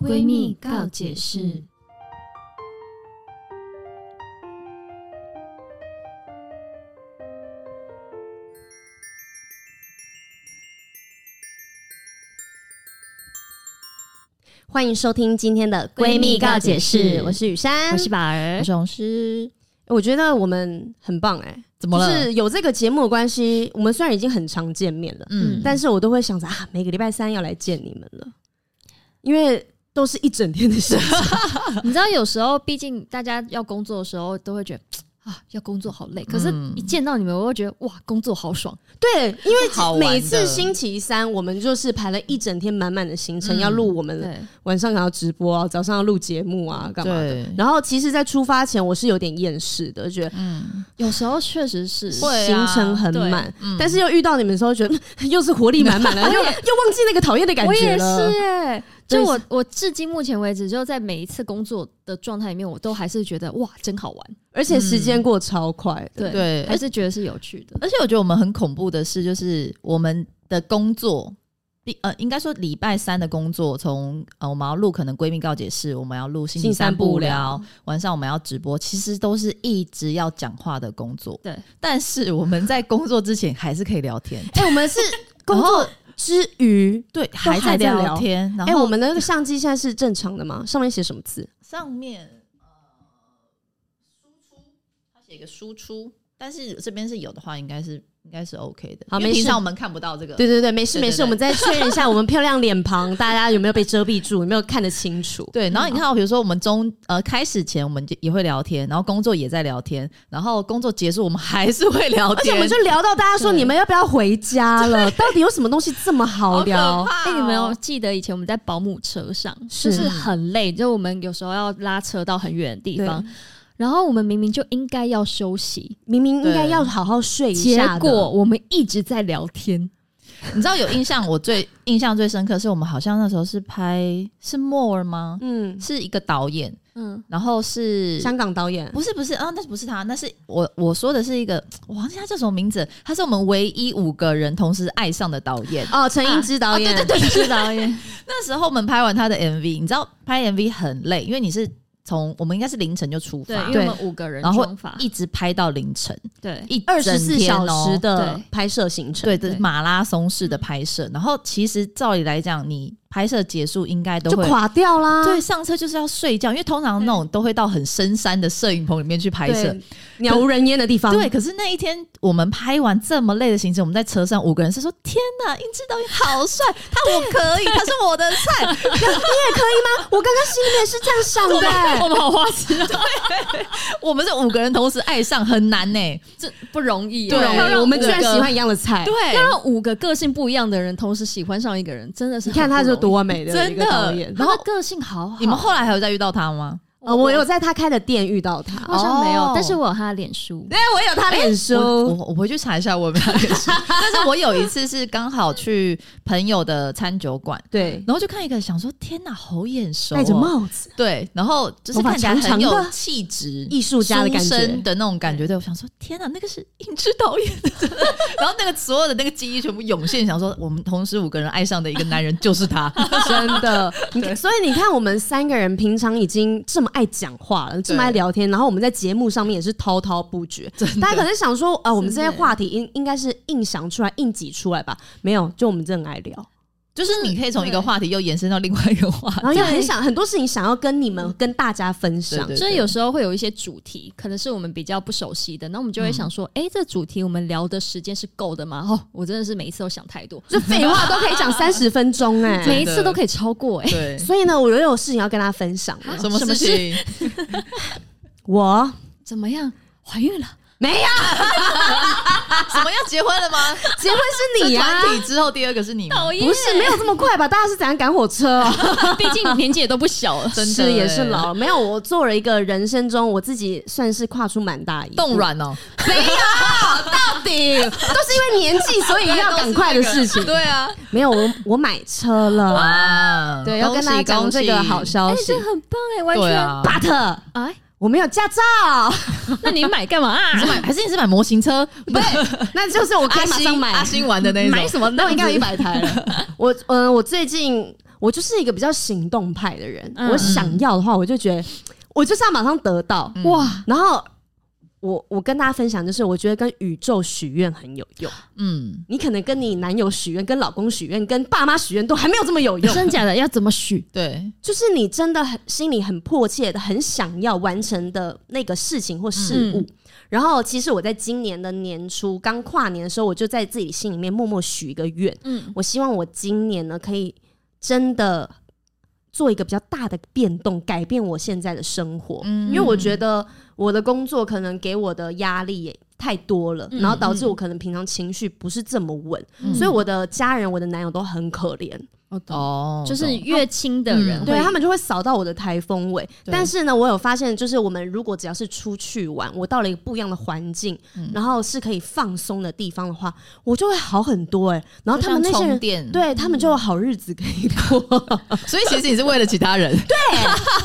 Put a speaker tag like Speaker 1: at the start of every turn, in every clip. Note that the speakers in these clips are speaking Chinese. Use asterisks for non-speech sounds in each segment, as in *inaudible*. Speaker 1: 闺蜜告解释。
Speaker 2: 欢迎收听今天的
Speaker 1: 闺蜜告解释
Speaker 2: 我是雨珊，
Speaker 1: 我是宝儿，
Speaker 2: 总师。我觉得我们很棒哎、
Speaker 3: 怎
Speaker 2: 就
Speaker 3: 么了？
Speaker 2: 是有这个节目的关系，我们虽然已经很常见面了，
Speaker 3: 嗯，
Speaker 2: 但是我都会想着啊，每个礼拜三要来见你们了，因为都是一整天的
Speaker 3: *laughs*
Speaker 2: 事情。
Speaker 1: 你知道，有时候毕竟大家要工作的时候，都会觉得啊，要工作好累。可是，一见到你们，我会觉得哇，工作好爽。
Speaker 2: 对，因
Speaker 3: 好
Speaker 2: 为
Speaker 3: 玩的
Speaker 2: 每次星期三我们就是排了一整天满满的行程，
Speaker 3: 嗯
Speaker 2: 要录我们
Speaker 1: 对，
Speaker 2: 晚上要直播啊，早上要录节目啊，干嘛的
Speaker 3: 对。
Speaker 2: 然后其实，在出发前我是有点厌世的，觉得嗯
Speaker 3: 嗯，
Speaker 1: 有时候确实是
Speaker 3: 会
Speaker 2: 行
Speaker 3: 啊
Speaker 2: 程很
Speaker 1: 对
Speaker 2: 满，
Speaker 3: 嗯
Speaker 2: 但是又遇到你们的时候，觉得嗯又是活力满满
Speaker 3: *laughs*
Speaker 2: 了，又又忘记那个讨厌的感
Speaker 1: 我
Speaker 2: 觉
Speaker 1: 也
Speaker 2: 了。
Speaker 1: 是哎、
Speaker 2: 对
Speaker 1: 就我我至今目前为止，就在每一次工作的状态里面，我都还是觉得哇，真好玩，
Speaker 2: 而且时间过超快的，
Speaker 1: 对
Speaker 3: 嗯对，
Speaker 1: 还是觉得是有趣的。
Speaker 3: 而且我觉得我们很恐怖的是，就是我们的工作，第呃，应该说礼拜三的工作从，呃我们要录可能闺蜜告解室，我们要录星期三不聊，晚上我们要直播，其实都是一直要讲话的工作。
Speaker 1: 对，
Speaker 3: 但是我们在工作之前还是可以聊天，
Speaker 2: 哎、我们是 *laughs* 工
Speaker 3: 然
Speaker 2: 作
Speaker 3: 后
Speaker 2: 之余，
Speaker 3: *laughs* 对，
Speaker 2: 还
Speaker 3: 还
Speaker 2: 在
Speaker 3: 在
Speaker 2: 聊
Speaker 3: 聊天。然
Speaker 2: 哎、
Speaker 3: 后、
Speaker 2: 我们的那个相机现在是正常的吗？上面写什么字？
Speaker 3: 上面呃输出，它写一个输出，但是这边是有的话，应该是应该是 OK 的。
Speaker 2: 好
Speaker 3: 因为
Speaker 2: 没事
Speaker 3: 平常我们看不到这个。
Speaker 2: *laughs* 对对对，没事
Speaker 3: 对对
Speaker 2: 没事，我们再确认一下我们漂亮脸庞， *laughs* 大家有没有被遮蔽住，有没有看得清楚？
Speaker 3: 对，然后你看到，比如说我们中呃开始前，我们就也会聊天，然后工作也在聊天，然后工作结束，我们还是会聊
Speaker 2: 而且
Speaker 3: 天，
Speaker 2: 我们就聊到大家说
Speaker 1: 对
Speaker 2: 你们要不要回家了？到底有什么东西这么好
Speaker 3: 好可
Speaker 2: 聊？
Speaker 3: 怕、
Speaker 1: 哎、
Speaker 3: 哦。
Speaker 1: 你们有记得以前我们在保姆车上，
Speaker 2: 是
Speaker 1: 就是很累，就我们有时候要拉车到很远的地方，然后我们明明就应该要休息，
Speaker 2: 明明应该
Speaker 3: 对
Speaker 2: 要好好睡一
Speaker 1: 结
Speaker 2: 下的，
Speaker 1: 果我们一直在聊天，
Speaker 3: 你知道有印象，我最
Speaker 2: *laughs*
Speaker 3: 印象最深刻是我们好像那时候是拍是莫尔吗？
Speaker 2: 嗯，
Speaker 3: 是一个导演，
Speaker 1: 嗯，
Speaker 3: 然后是
Speaker 2: 香港导演
Speaker 3: 不是不是啊，那不是他，那是我我说的是一个，我忘记他叫什么名字，他是我们唯一五个人同时爱上的导演。
Speaker 2: 哦，陈英之导演，对对对，
Speaker 1: 是导演，
Speaker 3: 那时候我们拍完他的 MV，你知道拍 MV 很累，因为你是从我们应该是凌晨就出
Speaker 1: 对，
Speaker 3: 发
Speaker 1: 因，为我们五个人
Speaker 3: 然后
Speaker 1: 装法，
Speaker 3: 一直拍到凌晨，
Speaker 1: 对，
Speaker 3: 一
Speaker 2: 嗯二十四
Speaker 3: 整天
Speaker 2: 小
Speaker 3: 哦
Speaker 2: 时的
Speaker 1: 对
Speaker 2: 拍摄行程，
Speaker 3: 对的
Speaker 1: 对
Speaker 3: 马拉松式的拍
Speaker 2: 嗯
Speaker 3: 摄。然后其实照理来讲，你拍摄结束应该都
Speaker 2: 就
Speaker 3: 会。
Speaker 2: 垮啊掉啦。
Speaker 3: 对，上车就是要睡觉，因为通常那种都会到很深山的摄影棚里面去拍摄
Speaker 2: 对。，鸟无人烟的地方，
Speaker 3: 对，，可是那一天我们拍完这么累的行程，我们在车上五个人是说：“天哪，英志导演
Speaker 2: *laughs*
Speaker 3: 好帅，他我可以，他是我的菜。
Speaker 2: 我刚刚心里面是这样想的欸，
Speaker 1: 我们好花
Speaker 2: *laughs*
Speaker 1: 痴啊，”
Speaker 3: 哦我们是五个人同时爱上，很难欸呢、
Speaker 1: 这不容易啊，
Speaker 3: 对
Speaker 1: 要让
Speaker 2: 我们
Speaker 1: 五
Speaker 2: 居然
Speaker 1: 个啊
Speaker 2: 喜欢一样的菜，
Speaker 1: 要
Speaker 3: 对，
Speaker 1: 让五个个性不一样的人同时喜欢上一个人，真的是
Speaker 2: 你看他
Speaker 1: 很
Speaker 2: 是
Speaker 1: 不容
Speaker 2: 多完美的一个
Speaker 3: 真的
Speaker 2: 导演
Speaker 1: 易，。
Speaker 2: 然
Speaker 1: 然
Speaker 2: 后
Speaker 1: 后个性好好，
Speaker 3: 你们后来还有再遇到他吗？
Speaker 2: 呃，我有在他开的店遇到他，
Speaker 1: 好像没有
Speaker 3: 哦，
Speaker 1: 但是我有他的脸书，
Speaker 2: 对，我有他脸
Speaker 3: 哎我我
Speaker 2: 书，
Speaker 3: 我回去查一下，我有没有看过
Speaker 2: *laughs*
Speaker 3: 但是我有一次是刚好去朋友的餐酒馆，
Speaker 2: 对，
Speaker 3: 然后就看一个，想说天哪，好眼熟、哦，
Speaker 2: 戴着帽子，
Speaker 3: 对，然后就是
Speaker 2: 头发
Speaker 3: 看起来
Speaker 2: 长长
Speaker 3: 很
Speaker 2: 的
Speaker 3: 有气质，
Speaker 2: 艺术家的感
Speaker 3: 书生
Speaker 2: *laughs* 觉，
Speaker 3: 的那种感觉。对我想说，天哪，那个是影之导演， *laughs* 然后那个所有的那个记忆全部涌现，想说我们同时五个人爱上的一个男人就
Speaker 2: *laughs*
Speaker 3: 是他。
Speaker 2: 真的。你看所以你看，我们三个人平常已经这么爱讲话了，这么爱聊天，然后我们在节目上面也是滔滔不绝。大家可能想说，啊、我们这些话题应应该是硬想出来、硬挤出来吧？没有，就我们真的很爱聊，
Speaker 3: 就是你可以从一个话题又延伸到另外一个话
Speaker 2: 然
Speaker 3: 题，
Speaker 2: 后又很想很多事情想要跟你们、跟大家分享。
Speaker 3: 对对
Speaker 1: 所以有时候会有一些主题，可能是我们比较不熟悉的，那我们就会想说，哎、这主题我们聊的时间是够的吗？哦，我真的是每一次都想太多，
Speaker 2: 就废话都可以讲三十分钟哎、
Speaker 1: 每一次都可以超过、哎，
Speaker 3: 对
Speaker 2: 所以呢，我又有事情要跟大家分享了。
Speaker 3: 什么事
Speaker 2: *laughs*
Speaker 3: 情？
Speaker 2: 我
Speaker 1: 怎么样？怀孕了？
Speaker 2: 没有
Speaker 3: 什么要结婚
Speaker 2: *laughs*
Speaker 3: 了吗？
Speaker 2: 结婚是你啊
Speaker 3: 这，团体之后第二个是你吗？。
Speaker 1: 讨厌，
Speaker 2: 不是没有这么快吧？大家是怎样赶火车、哦？
Speaker 1: 毕竟年纪也都不小了
Speaker 3: 真的
Speaker 2: 是也是
Speaker 3: 欸
Speaker 2: 老，没有我做了一个人生中我自己算是跨出蛮大一步
Speaker 3: 冻，卵哦，
Speaker 2: 没有，到底都是因为年纪，所以要赶快的事情。
Speaker 3: 对啊，
Speaker 2: 没有，我我买车了，
Speaker 3: 哇，
Speaker 2: 对，要跟大家讲这个好消
Speaker 1: 哎、
Speaker 2: 息
Speaker 1: 这。很棒哎、完
Speaker 3: 对
Speaker 1: 全
Speaker 3: 啊，
Speaker 2: But
Speaker 1: 哎，
Speaker 2: 我没有驾照，
Speaker 1: 那你买干嘛、
Speaker 3: 你是
Speaker 1: 啊？
Speaker 3: 买还是你是买模型车？不是，
Speaker 2: 那就是我可以马上
Speaker 3: 阿
Speaker 2: 买。
Speaker 3: 星玩的那一种，
Speaker 2: *laughs* 买什么？那我应该有一百台了。我嗯、呃我最近我就是一个比较行动派的人，
Speaker 1: 嗯
Speaker 2: 我想要的话，我就觉得我就是要马上得到。
Speaker 1: 哇，
Speaker 2: 然后我我跟大家分享，就是我觉得跟宇宙许愿很有用。
Speaker 3: 嗯，
Speaker 2: 你可能跟你男友许愿、跟老公许愿、跟爸妈许愿都还没有这么有用。
Speaker 1: 真假的要怎么许？
Speaker 3: 对，
Speaker 2: 就是你真的很心里很迫切的很想要完成的那个事情或事
Speaker 1: 嗯
Speaker 2: 物。然后，其实我在今年的年初刚跨年的时候，我就在自己心里面默默许一个愿，
Speaker 1: 嗯，
Speaker 2: 我希望我今年呢可以真的做一个比较大的变动，改变我现在的生活。
Speaker 3: 嗯
Speaker 2: 因为我觉得我的工作可能给我的压力也太多了，
Speaker 1: 嗯
Speaker 2: 然后导致我可能平常情绪不是这么稳，
Speaker 3: 嗯
Speaker 2: 所以我的家人、我的男友都很可怜。
Speaker 1: 我懂，
Speaker 3: 哦，
Speaker 1: 就是越亲的人
Speaker 3: 嗯
Speaker 1: 会，
Speaker 2: 对他们就会扫到我的台风尾。
Speaker 3: 对
Speaker 2: 但是呢，我有发现，就是我们如果只要是出去玩，我到了一个不一样的环境，
Speaker 3: 嗯
Speaker 2: 然后是可以放松的地方的话，我就会好很多哎、然后他们那些人。
Speaker 3: 人，
Speaker 2: 对啊他们就有好日子可以过，
Speaker 3: 哦所以其实你是为了其他人，
Speaker 2: *laughs* 啊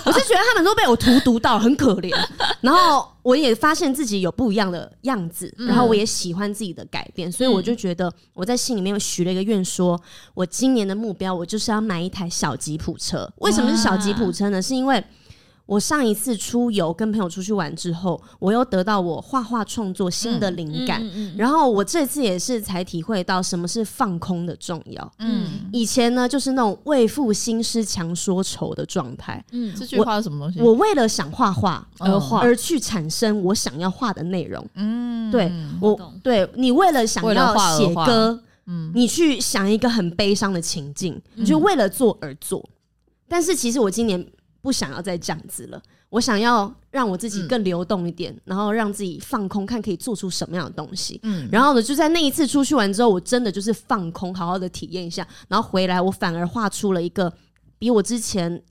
Speaker 2: 我是觉得他们都被我荼毒到很 *laughs* 可怜，然后我也发现自己有不一样的样子，然后我也喜欢自己的改变，所以我就觉得我在心里面许了一个愿说，我今年的目标我就是要买一台小吉普车。为什么是小吉普车呢？是因为我上一次出游跟朋友出去玩之后，我又得到我画画创作新的灵感，
Speaker 1: 嗯，
Speaker 2: 然后我这次也是才体会到什么是放空的重要。
Speaker 3: 嗯，
Speaker 2: 以前呢，就是那种为赋新诗强说愁的状态。
Speaker 1: 嗯
Speaker 3: 这句话是什么东西？
Speaker 2: 我为了想画画
Speaker 3: 而画
Speaker 2: 而去产生我想要画的内容。
Speaker 3: 嗯，
Speaker 2: 对
Speaker 1: 我
Speaker 2: 我
Speaker 1: 懂
Speaker 2: 对你为了想
Speaker 3: 为了
Speaker 2: 要
Speaker 3: 画而
Speaker 2: 写
Speaker 3: 画
Speaker 2: 歌，
Speaker 3: 嗯
Speaker 2: 你去想一个很悲伤的情境，你就为了做而做。但是其实我今年不想要再这样子了，我想要让我自己
Speaker 3: 嗯
Speaker 2: 更流动一点，然后让自己放空，看可以做出什么样的东西。
Speaker 3: 嗯，
Speaker 2: 然后呢，就在那一次出去玩之后，我真的就是放空，好好的体验一下，然后回来，我反而画出了一个比我之前，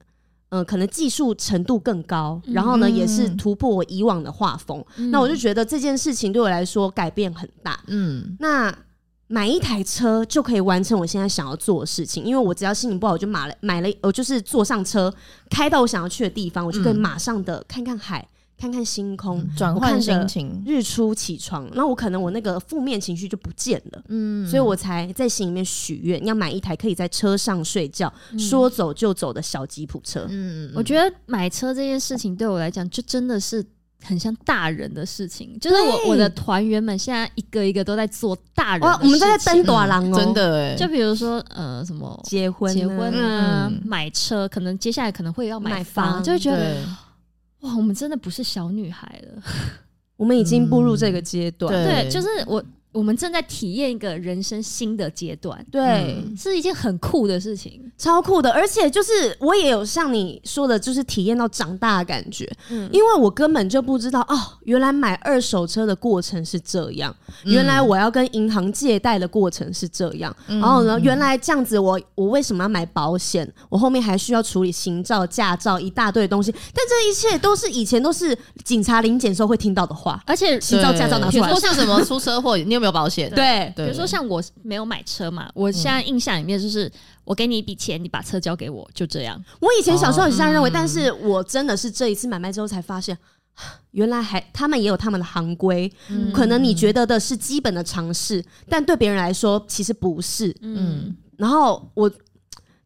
Speaker 2: 嗯、可能技术程度更高，然后呢，
Speaker 3: 嗯
Speaker 2: 也是突破我以往的画风。
Speaker 1: 嗯
Speaker 2: 那我就觉得这件事情对我来说改变很大。
Speaker 3: 嗯，
Speaker 2: 那买一台车就可以完成我现在想要做的事情，因为我只要心情不好，我就买了买了，我就是坐上车，开到我想要去的地方，我就可以马上的看看海，看看星空，
Speaker 3: 嗯转
Speaker 2: 我看
Speaker 3: 换
Speaker 2: 着
Speaker 3: 心情，
Speaker 2: 日出起床，那我可能我那个负面情绪就不见了，
Speaker 3: 嗯
Speaker 2: 所以我才在心里面许愿，要买一台可以在车上睡觉、说走就走的小吉普车。
Speaker 3: 嗯
Speaker 1: 我觉得买车这件事情对我来讲，就真的是很像大人的事情。就是我
Speaker 2: 对
Speaker 1: 我的团员们现在一个一个都在做大人的
Speaker 2: 哇，我们都在
Speaker 1: 事情嗯
Speaker 2: 登短廊哦，
Speaker 3: 真的哎，
Speaker 1: 就比如说呃什么
Speaker 2: 结婚啊
Speaker 1: 结婚啊、
Speaker 3: 嗯
Speaker 1: 买车，可能接下来可能会要买
Speaker 2: 买
Speaker 1: 房，
Speaker 2: 房
Speaker 1: 就会觉得
Speaker 3: 对
Speaker 1: 哇，我们真的不是小女孩了。
Speaker 2: 我们已经步入这个阶段，
Speaker 3: 对
Speaker 1: 对，就是我我们正在体验一个人生新的阶段，
Speaker 2: 对，
Speaker 3: 嗯
Speaker 1: 是一件很酷的事情。
Speaker 2: 超酷的。而且就是我也有像你说的，就是体验到长大的感觉，因为我根本就不知道哦，原来买二手车的过程是这样，
Speaker 3: 嗯
Speaker 2: 原来我要跟银行借贷的过程是这样。然后呢，原来这样子我，我为什么要买保险？我后面还需要处理行照、驾照一大堆东西，但这一切都是以前都是警察临检时候会听到的话。
Speaker 1: 而且
Speaker 2: 行照驾照拿出来
Speaker 3: 比如说像什么出车祸，你有没有保险？
Speaker 2: 对，
Speaker 3: 对，
Speaker 1: 比如说像我没有买车嘛，我现在印象里面就是我给你一笔钱，你把车交给我，就这样。
Speaker 2: 我以前小时候也是这样认为，但是我真的是这一次买卖之后才发现。啊原来还他们也有他们的行规，可能你觉得的是基本的常识，但对别人来说其实不是。
Speaker 3: 嗯，
Speaker 2: 然后我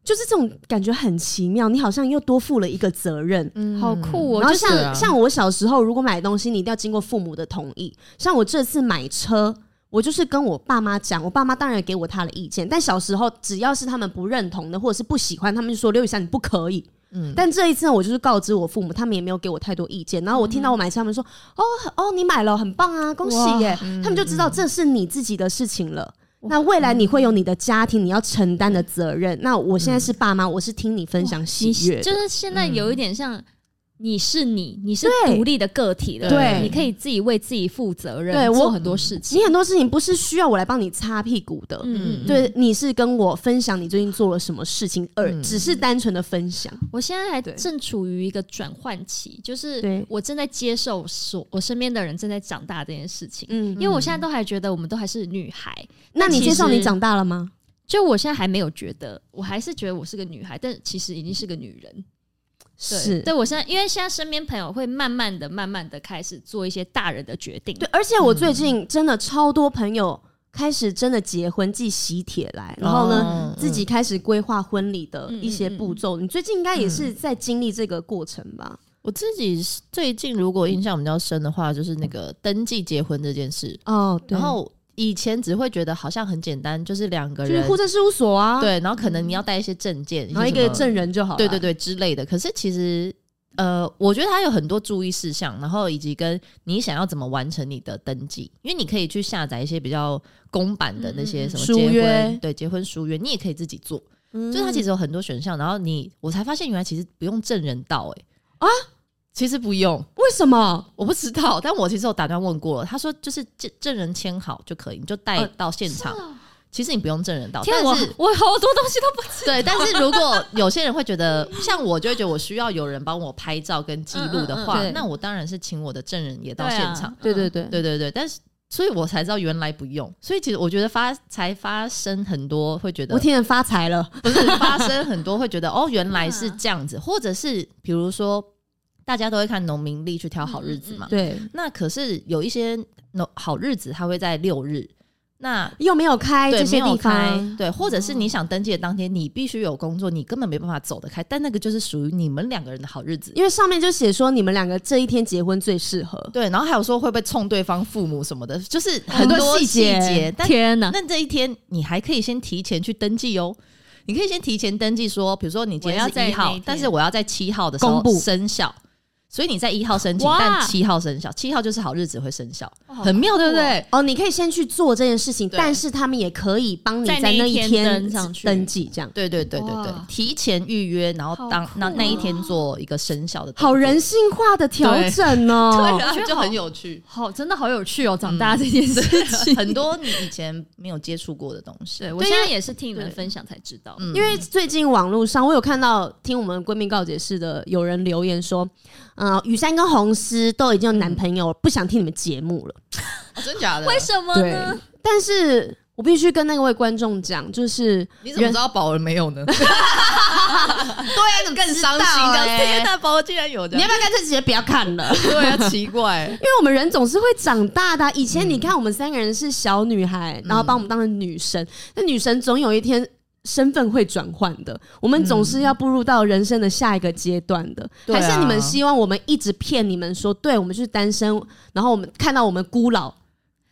Speaker 2: 就是这种感觉很奇妙，你好像又多负了一个责任。
Speaker 1: 好酷哦！
Speaker 2: 然后
Speaker 1: 就是
Speaker 2: 像、
Speaker 3: 对啊
Speaker 2: 像我小时候，如果买东西，你一定要经过父母的同意。像我这次买车，我就是跟我爸妈讲，我爸妈当然给我他的意见，但小时候只要是他们不认同的或者是不喜欢，他们就说刘雨珊你不可以。
Speaker 3: 嗯
Speaker 2: 但这一次呢，我就是告知我父母，他们也没有给我太多意见。然后我听到我买车，他们说：“哦哦，你买了，很棒啊，恭喜耶！”
Speaker 3: 嗯
Speaker 2: 他们就知道这是你自己的事情了。那未来你会有你的家庭，你要承担的责任。那我现在是爸妈，我是听你分享喜
Speaker 1: 你
Speaker 2: 悦的，
Speaker 1: 就是现在有一点像你是你，你是
Speaker 2: 对
Speaker 1: 独立的个体了，
Speaker 2: 对
Speaker 1: 你可以自己为自己负责任，
Speaker 2: 对我
Speaker 1: 做很多事情。
Speaker 2: 你很多事情不是需要我来帮你擦屁股的。
Speaker 1: 嗯，嗯，
Speaker 2: 对，你是跟我分享你最近做了什么事情，而
Speaker 3: 嗯
Speaker 2: 只是单纯的分享。嗯
Speaker 1: 我现在还
Speaker 2: 对
Speaker 1: 正处于一个转换期，就是
Speaker 2: 对
Speaker 1: 我正在接受所我身边的人正在长大这件事情。
Speaker 2: 嗯
Speaker 1: 因，为我现在都还觉得我们都还是女孩，
Speaker 2: 那你
Speaker 1: 其实
Speaker 2: 介绍你长大了吗？
Speaker 1: 就我现在还没有觉得，我还是觉得我是个女孩，但其实已经是个女人。对
Speaker 2: 是，
Speaker 1: 对我现在，因为现在身边朋友会慢慢的、慢慢的开始做一些大人的决定。
Speaker 2: 嗯对，而且我最近真的超多朋友开始真的结婚寄喜帖来，然后呢，自己开始规划婚礼的
Speaker 3: 嗯
Speaker 2: 一些步骤。你最近应该也是在经历这个过程吧？
Speaker 3: 我自己是最近如果印象比较深的话，就是那个登记结婚这件事。
Speaker 2: 哦，对
Speaker 3: 然后以前只会觉得好像很简单，就是两个
Speaker 2: 就是
Speaker 3: 人
Speaker 2: 户政事务所啊，，
Speaker 3: 对，然后可能你要带一些证件，
Speaker 2: 然后一
Speaker 3: 些
Speaker 2: 个
Speaker 3: 什么
Speaker 2: 证啊人就好了。
Speaker 3: 对对对之类的。可是其实，呃，我觉得它有很多注意事项，然后以及跟你想要怎么完成你的登记，因为你可以去下载一些比较公版的那些什么
Speaker 2: 嗯书
Speaker 3: 结婚，
Speaker 2: 约
Speaker 3: 对结婚书约，你也可以自己做。
Speaker 2: 嗯，
Speaker 3: 就是它其实有很多选项，然后你我才发现原来其实不用证人到、欸，
Speaker 2: 啊，
Speaker 3: 其实不用。
Speaker 2: 嗯为什么？
Speaker 3: 我不知道，但我其实有打断问过了，他说就是证证人签好就可以，你就带
Speaker 2: 呃
Speaker 3: 到现场。其实你不用证人到，
Speaker 1: 哦天啊，
Speaker 3: 但
Speaker 1: 我
Speaker 3: 是
Speaker 1: 我 *laughs* 好多东西都不知
Speaker 3: 对，但是如果有些人会觉得，像我就会觉得我需要有人帮我拍照跟记录的
Speaker 1: 嗯嗯嗯
Speaker 3: 话，
Speaker 1: 对啊
Speaker 3: 那我当然是请我的证人也
Speaker 1: 道
Speaker 3: 到现场。
Speaker 1: 嗯
Speaker 2: 对对对，
Speaker 3: 对对对，但是所以我才知道原来不用，所以其实我觉得发才发生很多会觉得
Speaker 2: 我听人发财了，
Speaker 3: 不是发生很多会觉得哦原
Speaker 1: *laughs* 啊
Speaker 3: 来是这样子，或者是比如说大家都会看农民历去挑
Speaker 1: 嗯
Speaker 3: 好日子嘛，
Speaker 2: 对，
Speaker 3: 那可是有一些农好日子它会在六日，那
Speaker 2: 又没有开
Speaker 3: 对，
Speaker 2: 这
Speaker 3: 没
Speaker 2: 些
Speaker 3: 有
Speaker 2: 地
Speaker 3: 开，
Speaker 2: 方，哦
Speaker 3: 对，或者是你想登记的当天，你必须有工作，你根本没办法走得开，但那个就是属于你们两个人的好日子。
Speaker 2: 因为上面就写说你们两个这一天结婚最适合。
Speaker 3: 对，然后还有说会不会冲对方父母什么的，就是很
Speaker 2: 多
Speaker 3: 多
Speaker 2: 细
Speaker 3: 细
Speaker 2: 节啊
Speaker 3: 节。
Speaker 1: 道。
Speaker 3: 但
Speaker 1: 天哪！
Speaker 3: 那这一天你还可以先提前去登记哦，你可以先提前登记说，比如说你今
Speaker 1: 我
Speaker 3: 天
Speaker 1: 要
Speaker 3: 是
Speaker 1: 在那
Speaker 3: 一
Speaker 1: 一
Speaker 3: 号
Speaker 1: 天，
Speaker 3: 但是我要在七号的时
Speaker 2: 公
Speaker 3: 候
Speaker 2: 布
Speaker 3: 生效，所以你在一号申请，
Speaker 1: 哇
Speaker 3: 但七号生效，七号就是好日子会生效，
Speaker 1: 好
Speaker 3: 很妙，对不对？
Speaker 2: 哦，你可以先去做这件事情，
Speaker 3: 对
Speaker 2: 但是他们也可以帮你
Speaker 1: 在
Speaker 2: 在
Speaker 1: 那
Speaker 2: 那
Speaker 1: 一天
Speaker 2: 天
Speaker 1: 登上去
Speaker 2: 登记，这样
Speaker 3: 对对对对对
Speaker 1: 哇，
Speaker 3: 提前预约，然后
Speaker 1: 好
Speaker 3: 当那
Speaker 1: 酷
Speaker 3: 那一
Speaker 1: 哦
Speaker 3: 天做一个生效的动作，
Speaker 2: 好人性化的调整哦。
Speaker 3: *laughs* 对啊
Speaker 1: 我觉，得
Speaker 3: 就
Speaker 1: 好，
Speaker 3: 很有趣
Speaker 1: 好，真的好有趣哦！长
Speaker 2: 嗯
Speaker 1: 大这件事
Speaker 2: *laughs*
Speaker 1: 情，
Speaker 3: 很多你以前没有接触过的东西。
Speaker 1: *laughs* 对我
Speaker 2: 啊对
Speaker 1: 现
Speaker 2: 因为
Speaker 1: 在也是听你们
Speaker 2: 对啊
Speaker 1: 分享才知道。
Speaker 3: 嗯
Speaker 2: 因为最近网络上，我有看到听我们闺蜜告解室的有人留言说，呃，雨珊跟红师都已经有男朋友了，不想听你们节目了。
Speaker 3: 嗯哦真假的？
Speaker 1: 为什么
Speaker 2: 对
Speaker 1: 呢？，
Speaker 2: 但是我必须跟那位观众讲，就是
Speaker 3: 你怎么知道宝儿没有呢？对啊，你更伤心
Speaker 2: 知道
Speaker 3: 的。
Speaker 2: 欸
Speaker 3: 天哪，宝儿竟然有的
Speaker 2: 你要，不要干脆直接不要看了？
Speaker 3: 对啊，奇怪
Speaker 2: 因。为我们人总是会长大的啊、以前你看我们三个人是小女孩，然后把我们当成女神，那女神总有一天身份会转换的，我们总是要步入到人生的下一个阶段的。
Speaker 3: 对啊
Speaker 2: 还是你们希望我们一直骗你们说，对我们是单身，然后我们看到我们孤老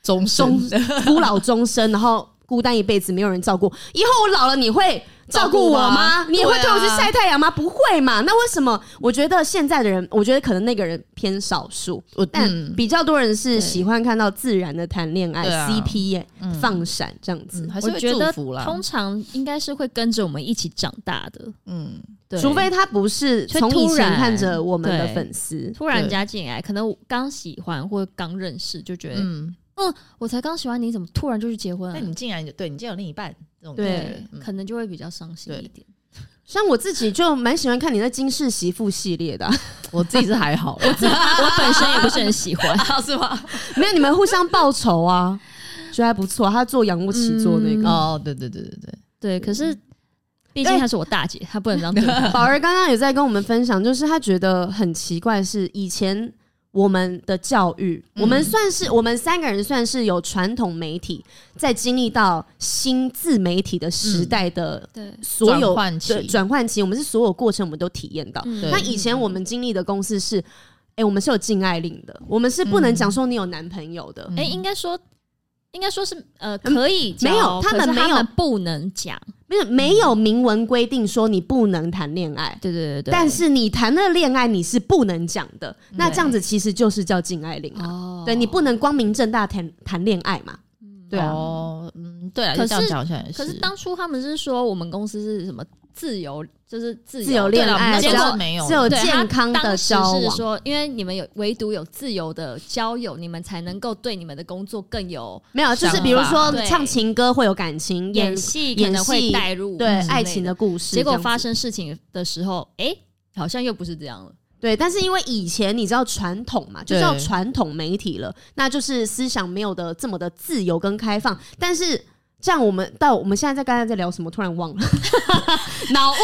Speaker 3: 终
Speaker 2: 终孤老终生，然后孤单一辈子，没有人照顾。以后我老了，你会照顾我
Speaker 3: 照
Speaker 2: 吗
Speaker 3: 顾？我
Speaker 2: 你也会推我去
Speaker 3: 对啊
Speaker 2: 晒太阳吗？不会嘛？那为什么？我觉得现在的人，我觉得可能那个人偏少数，
Speaker 3: 我
Speaker 2: 但
Speaker 3: 嗯
Speaker 2: 比较多人是喜欢看到自然的谈恋爱、
Speaker 3: 对啊
Speaker 2: CP 耶、放闪这样子。
Speaker 3: 嗯还是
Speaker 1: 我
Speaker 3: 会
Speaker 1: 觉
Speaker 3: 祝
Speaker 1: 得
Speaker 3: 福啦。
Speaker 1: 通常应该是会跟着我们一起长大的，
Speaker 3: 嗯，
Speaker 1: 对
Speaker 2: 除非他不是
Speaker 1: 却
Speaker 2: 从以
Speaker 1: 突
Speaker 2: 前
Speaker 1: 然
Speaker 2: 看着我们的
Speaker 3: 对
Speaker 2: 粉丝，
Speaker 1: 突然
Speaker 3: 对
Speaker 1: 加进来，可能我刚喜欢或者刚认识，就觉得、
Speaker 3: 嗯，
Speaker 1: 我才刚喜欢你，怎么突然就去结婚了、
Speaker 3: 但你竟然有对你竟然有另一半这种感
Speaker 2: 对
Speaker 3: 觉，嗯
Speaker 1: 可能就会比较伤心一点。 *laughs*
Speaker 2: 像我自己就蛮喜欢看你那金氏媳妇系列的啊、 *laughs*
Speaker 3: 我自己是还
Speaker 1: *laughs*
Speaker 3: 好，我自
Speaker 1: 我本身也不是很
Speaker 2: *laughs*
Speaker 1: 喜欢，
Speaker 3: 己是吗？
Speaker 2: 没有你们互相报仇啊，觉得还不错。他做仰卧起坐那个，
Speaker 3: 哦，对对对对对，
Speaker 1: 对，可是毕竟她是我大姐，她不能这样对她。
Speaker 2: *laughs* 宝儿刚刚有在跟我们分享，就是她觉得很奇怪，是以前我们的教育，
Speaker 3: 嗯
Speaker 2: 我们算是我们三个人算是有传统媒体在经历到新自媒体的时
Speaker 3: 嗯
Speaker 2: 代的
Speaker 1: 对，
Speaker 2: 所有
Speaker 3: 转换期
Speaker 2: 的转换期，我们是所有过程我们都体验到。
Speaker 1: 嗯
Speaker 3: 对
Speaker 2: 那以前我们经历的公司是，哎、我们是有禁爱令的，我们是不能讲说你有男朋友的。
Speaker 1: 哎、应该说。应该说是呃，可以
Speaker 2: 嗯没有
Speaker 1: 交
Speaker 2: 他
Speaker 1: 可
Speaker 2: 们
Speaker 1: 是
Speaker 2: 没有
Speaker 1: 们不能讲，
Speaker 2: 没有没有明文规定说你不能谈恋爱，
Speaker 1: 对对对对。
Speaker 2: 但是你谈了恋爱你是不能讲的，那
Speaker 1: 对
Speaker 2: 这样子其实就是叫禁爱令啊。
Speaker 1: 哦，
Speaker 2: 对你不能光明正大谈谈恋爱嘛。对啊，
Speaker 3: 哦，嗯，对啊，
Speaker 1: 可
Speaker 3: 就是这样讲好像也
Speaker 1: 可是当初他们是说我们公司是什么自由，就是自由
Speaker 2: 自由恋爱
Speaker 1: 对
Speaker 3: 结
Speaker 2: 然
Speaker 1: 啦我们
Speaker 3: 果
Speaker 2: 后
Speaker 3: 没有
Speaker 2: 只有
Speaker 1: 对他
Speaker 2: 健康的
Speaker 1: 当时
Speaker 2: 交
Speaker 1: 是
Speaker 2: 往。
Speaker 1: 说，因为你们有唯独有自由的交友，你们才能够对你们的工作更有
Speaker 2: 没有，就是
Speaker 3: 想
Speaker 2: 比如
Speaker 3: 法
Speaker 2: 说
Speaker 1: 对
Speaker 2: 唱情歌会有感情，
Speaker 1: 演戏，可
Speaker 2: 演
Speaker 1: 能会
Speaker 2: 戏
Speaker 1: 带入
Speaker 2: 对
Speaker 1: 之类
Speaker 2: 爱情的。故事。
Speaker 1: 结
Speaker 2: 这
Speaker 1: 果
Speaker 2: 样
Speaker 1: 发
Speaker 2: 子
Speaker 1: 生事情的时候，哎、好像又不是这样了。
Speaker 2: 对，但是因为以前你知道传统嘛，就
Speaker 3: 对
Speaker 2: 叫传统媒体了，那就是思想没有的这么的自由跟开放，但是。这样我们到我们现在在刚才在聊什么，突然忘了，脑 *laughs* 雾，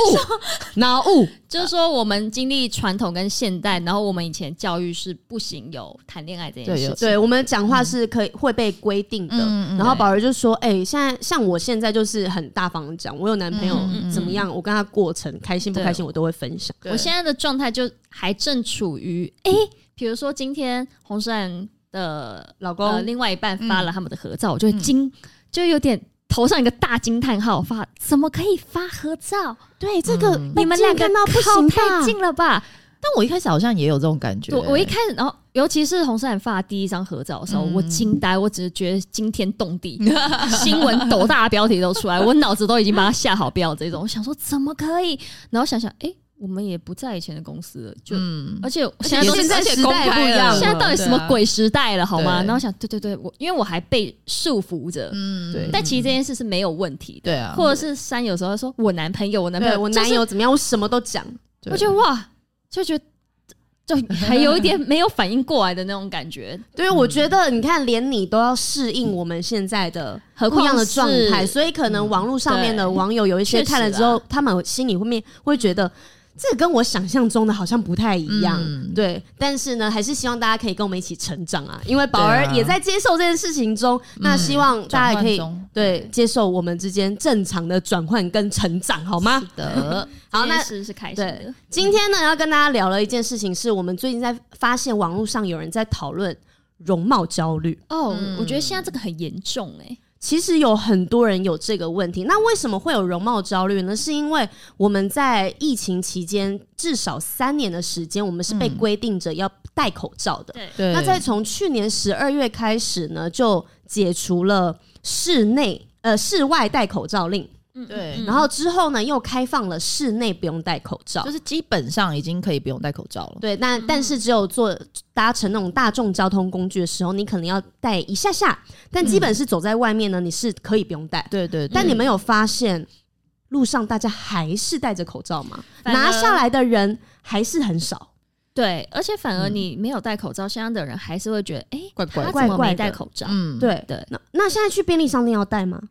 Speaker 2: 脑雾，
Speaker 1: 就是说我们经历传统跟现代，然后我们以前教育是不行有谈恋爱这件
Speaker 3: 对
Speaker 1: 事
Speaker 3: 有
Speaker 1: 情，
Speaker 2: 对我们讲话是可以、会被规定的。
Speaker 3: 嗯嗯
Speaker 2: 然后
Speaker 1: 对
Speaker 2: 宝儿就说：“哎、现在像我现在就是很大方地讲，我有男朋友
Speaker 3: 嗯嗯嗯
Speaker 2: 怎么样，我跟他过程开心不
Speaker 1: 对
Speaker 2: 开心，我都会分享。
Speaker 1: 我现在的状态就还正处于诶，比如说今天红杉的
Speaker 2: 老公，
Speaker 1: 呃另外一半发了他们的合
Speaker 2: 嗯
Speaker 1: 照，我就会惊，就有点头上一个大惊叹号，发怎么可以发合照？
Speaker 2: 对这个、
Speaker 3: 嗯
Speaker 1: 你们两个
Speaker 2: 看到不
Speaker 1: 靠
Speaker 2: 行
Speaker 1: 太
Speaker 2: 吧？
Speaker 1: 近了吧？
Speaker 3: 但我一开始好像也有这种感觉、
Speaker 1: 我我一开始，然后尤其是红杉发第一张合照的时候，
Speaker 3: 嗯
Speaker 1: 我惊呆，我只是觉得惊天动地，新闻斗大标题都出来，我脑子都已经把它下好标这种。我想说怎么可以？然后想想，诶，我们也不在以前的公司了，就、
Speaker 3: 嗯，
Speaker 1: 而且我
Speaker 3: 而且
Speaker 1: 现在都
Speaker 3: 也
Speaker 1: 是
Speaker 3: 是
Speaker 1: 在
Speaker 3: 而且
Speaker 1: 时代
Speaker 3: 公
Speaker 1: 不
Speaker 3: 开
Speaker 1: 一样
Speaker 3: 了
Speaker 1: 了，现在到底什么
Speaker 3: 对啊
Speaker 1: 鬼时代了，好吗？
Speaker 3: 对
Speaker 1: 然后想，对对对，我因为我还被束缚着，
Speaker 3: 嗯
Speaker 2: 对
Speaker 1: 但其实这件事是没有问题的。
Speaker 3: 对啊，
Speaker 1: 或者是山有时候说我男朋友，我男朋
Speaker 2: 对
Speaker 1: 友，
Speaker 2: 我
Speaker 1: 就是
Speaker 2: 男友怎么样，我什么都讲。
Speaker 3: 对
Speaker 1: 我觉得哇，就觉得就还有一点没有反应过来的那种感觉， *laughs*
Speaker 2: 对，我觉得你看，连你都要适应我们现在的
Speaker 1: 何
Speaker 2: 不
Speaker 1: 况
Speaker 2: 一样的状态，
Speaker 1: 是
Speaker 2: 所以可能网络上面的
Speaker 1: 对
Speaker 2: 网友有一些
Speaker 1: 确实
Speaker 2: 看了之后，他们心里会面会觉得。这跟我想象中的好像不太一样，
Speaker 3: 嗯
Speaker 2: 对。但是呢，还是希望大家可以跟我们一起成长啊，因为宝儿
Speaker 3: 对啊
Speaker 2: 也在接受这件事情中，那希望大家也可以
Speaker 3: 转
Speaker 2: *laughs*
Speaker 3: 换中
Speaker 2: 对接受我们之间正常的转换跟成长，好吗？
Speaker 3: 得，
Speaker 2: 好，那
Speaker 1: 是是开心
Speaker 2: 对
Speaker 1: 的，，
Speaker 2: 今天呢要跟大家聊了一件事情，是我们最近在发现网络上有人在讨论容貌焦虑。
Speaker 1: 哦，我觉得现在这个很严重哎、
Speaker 2: 其实有很多人有这个问题，那为什么会有容貌焦虑呢？是因为我们在疫情期间至少三年的时间，我们是被规定着要戴口罩的。
Speaker 1: 对
Speaker 3: 对，
Speaker 2: 那在从去年十二月开始呢，就解除了室内呃室外戴口罩令，
Speaker 1: 嗯
Speaker 3: 对
Speaker 1: 嗯
Speaker 2: 然后之后呢又开放了室内不用戴口罩
Speaker 3: *laughs* 就。是基本上已经可以不用戴口罩了。
Speaker 2: 对，那但是只有坐搭乘那种大众交通工具的时候，你可能要戴一下下，但基本是走在外面呢，你是可以不用戴。
Speaker 3: 对对，
Speaker 2: 但你们有发现路上大家还是戴着口罩吗？
Speaker 1: 反而
Speaker 2: 拿下来的人还是很少，
Speaker 1: 对，而且反而你没有戴口罩，现在的人还是会觉得哎、
Speaker 3: 怪怪
Speaker 1: 他
Speaker 3: 的
Speaker 1: 怎么
Speaker 2: 怪
Speaker 1: 没
Speaker 2: 的
Speaker 1: 戴口罩？
Speaker 3: 嗯，
Speaker 2: 对
Speaker 1: 对
Speaker 2: 那那现在去便利商店要戴吗？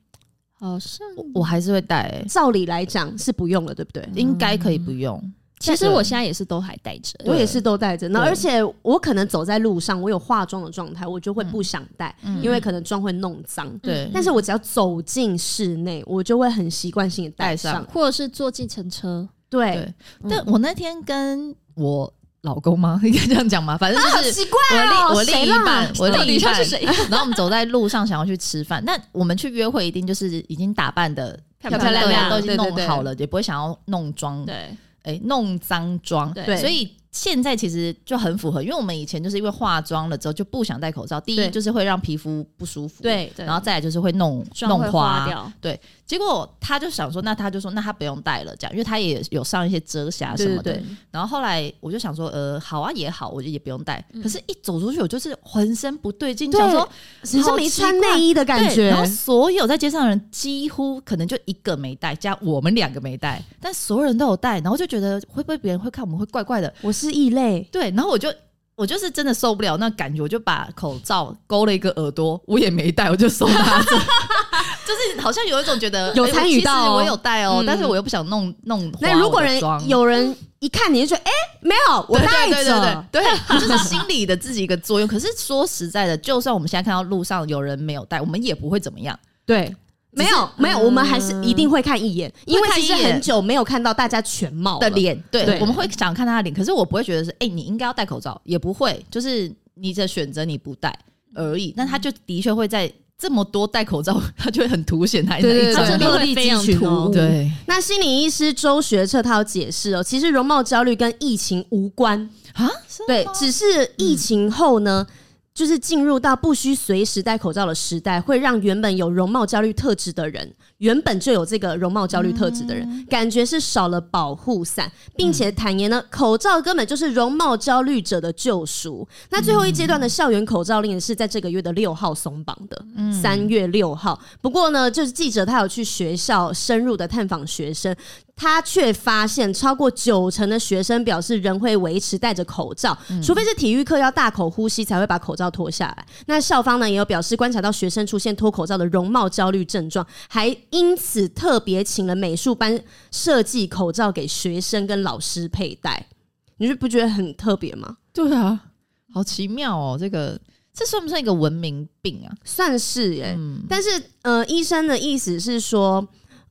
Speaker 1: 好像
Speaker 3: 我我还是会戴、欸，
Speaker 2: 照理来讲是不用了，对不对？
Speaker 3: 应该可以不用。
Speaker 1: 其实我现在也是都还戴着，
Speaker 2: 我也是都戴着，那
Speaker 3: 对
Speaker 2: 而且我可能走在路上，我有化妆的状态，我就会不想戴，
Speaker 3: 嗯
Speaker 2: 因为可能妆会弄脏。
Speaker 3: 对
Speaker 1: 嗯
Speaker 2: 但是我只要走进室内，我就会很习惯性的戴
Speaker 3: 戴上
Speaker 2: 上。
Speaker 1: 或者是坐计程车，
Speaker 2: 对，
Speaker 3: 对，但我那天跟我老公吗？ *laughs* 应该这样讲吗？反正就是
Speaker 2: 啊奇怪
Speaker 3: 我另
Speaker 2: 哦，
Speaker 3: 我另
Speaker 2: 谁
Speaker 3: 一
Speaker 2: 啦？
Speaker 3: 半，我
Speaker 1: 到
Speaker 3: 另
Speaker 1: 底
Speaker 3: 一
Speaker 1: 他
Speaker 3: 半
Speaker 1: 是谁？
Speaker 3: *laughs* 然后我们走在路上，想要去吃饭，那我们去约会一定就是已经打扮的
Speaker 1: 漂
Speaker 2: 漂亮亮
Speaker 3: 都已
Speaker 2: 对对
Speaker 3: 经弄
Speaker 2: 对
Speaker 3: 好了，也不会想要弄妆，
Speaker 1: 对
Speaker 3: 哎，弄脏妆。
Speaker 1: 对
Speaker 2: 对
Speaker 3: 所以现在其实就很符合，因为我们以前就是因为化妆了之后就不想戴口罩，第
Speaker 2: 对
Speaker 3: 一就是会让皮肤不舒服，，
Speaker 2: 对
Speaker 1: 对，
Speaker 3: 然后再来就是会弄
Speaker 1: 妆
Speaker 3: 弄
Speaker 1: 会
Speaker 3: 花
Speaker 1: 花。掉，
Speaker 3: 结果他就想说，那他就说，那他不用戴了，这样，因为他也有上一些遮瑕什么的。
Speaker 2: 对
Speaker 3: 然后后来我就想说，呃，好啊也好，我就也不用戴。可是，一走出去，我就是浑身不对
Speaker 2: 嗯
Speaker 3: 劲，
Speaker 2: 对
Speaker 3: 想说
Speaker 2: 很像没穿内衣的感
Speaker 3: 对
Speaker 2: 觉
Speaker 3: 然。后所有在街上的人几乎可能就一个没戴，加我们两个没戴，但所有人都有戴，然后就觉得会不会别人会看我们会怪怪的？
Speaker 2: 我是异类，
Speaker 3: 对，然后我就。我就是真的受不了那感觉，我就把口罩勾了一个耳朵，我也没戴，我就手拿
Speaker 2: *laughs*
Speaker 3: 着，就是好像有一种觉得
Speaker 2: 有
Speaker 3: 哎我
Speaker 2: 参与
Speaker 3: 其实
Speaker 2: 到哦
Speaker 3: 我有戴哦，
Speaker 2: 嗯
Speaker 3: 但是我又不想弄弄花
Speaker 2: 那如果
Speaker 3: 我的
Speaker 2: 人
Speaker 3: 妆
Speaker 2: 有人一看你就觉得，哎、没有，我
Speaker 3: 对
Speaker 2: 戴
Speaker 3: 对
Speaker 2: 着。
Speaker 3: 对对对，
Speaker 2: *laughs*
Speaker 3: 就是心理的自己一个作用。可是说实在的，就算我们现在看到路上有人没有戴，我们也不会怎么样。
Speaker 2: 对，没有没有，我们还是一定会看一眼，因为其实很久没有看到大家全貌
Speaker 3: 的
Speaker 2: 了。
Speaker 3: 脸，对，
Speaker 2: 对
Speaker 3: 我们会想看他的脸，可是我不会觉得是，哎、你应该要戴口罩，也不会，就是你的选择你不戴而
Speaker 2: 嗯
Speaker 3: 已。但他就的确会在这么多戴口罩， *laughs* 他就会很凸显他那
Speaker 2: 对
Speaker 3: 一
Speaker 2: 对
Speaker 1: 他
Speaker 3: 张
Speaker 1: 真
Speaker 2: 对
Speaker 1: 的会非常突兀，
Speaker 3: 对，
Speaker 2: 那心理医师周学彻他有解释哦，其实容貌焦虑跟疫情无关，
Speaker 3: 啊，
Speaker 2: 对，只是疫情后呢。就是进入到不需随时戴口罩的时代，会让原本有容貌焦虑特质的人，原本就有这个容貌焦虑特质的人，感觉是少了保护伞，并且坦言呢，口罩根本就是容貌焦虑者的救赎。那最后一阶段的校园口罩令是在这个月的六号松绑的，三、月六号。不过呢，就是记者他有去学校深入的探访学生，他却发现超过九成的学生表示仍会维持戴着口罩，除非是体育课要大口呼吸才会把口罩脱下来。那校方呢也有表示观察到学生出现脱口罩的容貌焦虑症状，还因此特别请了美术班设计口罩给学生跟老师佩戴。你是不觉得很特别吗？
Speaker 3: 对啊，好奇妙哦，这个这算不算一个文明病啊？
Speaker 2: 算是耶、
Speaker 3: 嗯，
Speaker 2: 但是呃，医生的意思是说，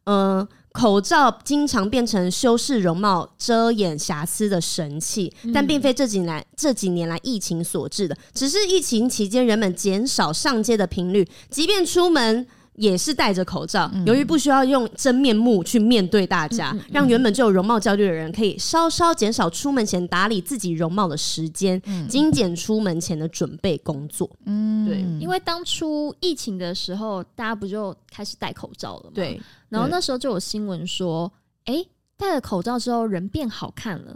Speaker 2: 呃，口罩经常变成修饰容貌、遮掩瑕疵的神器，但并非这几年这几年来疫情所致的，只是疫情期间人们减少上街的频率，即便出门。也是戴着口罩，由于不需要用真面目去面对大家，让原本就有容貌焦虑的人可以稍稍减少出门前打理自己容貌的时间，精简出门前的准备工作。
Speaker 3: 嗯
Speaker 2: 对
Speaker 1: 因为当初疫情的时候，大家不就开始戴口罩了吗？。
Speaker 2: 对，
Speaker 1: 然后那时候就有新闻说，哎、戴了口罩之后人变好看了，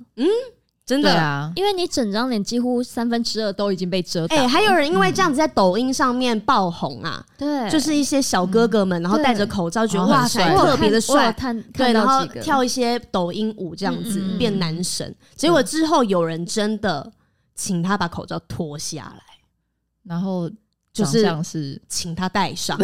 Speaker 2: 真
Speaker 3: 对
Speaker 2: 的
Speaker 3: 啊，
Speaker 1: 因为你整张脸几乎三分之二都已经被遮挡
Speaker 2: 哎、
Speaker 1: 了。
Speaker 2: 还有人因为这样子在抖音上面爆红啊，
Speaker 1: 对，嗯
Speaker 2: 就是一些小哥哥们，然后戴着口罩，觉得
Speaker 3: 哦很
Speaker 2: 哇塞，
Speaker 3: 帅
Speaker 2: 特别的
Speaker 1: 我有
Speaker 2: 帅，
Speaker 1: 看
Speaker 2: 对，
Speaker 1: 看
Speaker 2: 然
Speaker 1: 到
Speaker 2: 后
Speaker 1: 几个
Speaker 2: 跳一些抖音舞这样子
Speaker 1: 嗯嗯嗯
Speaker 2: 变男神。结果之后有人真的请他把口罩脱下来，
Speaker 3: 然后
Speaker 2: 就
Speaker 3: 长
Speaker 2: 是
Speaker 3: 相是
Speaker 2: 请他戴
Speaker 1: *laughs*
Speaker 2: 上。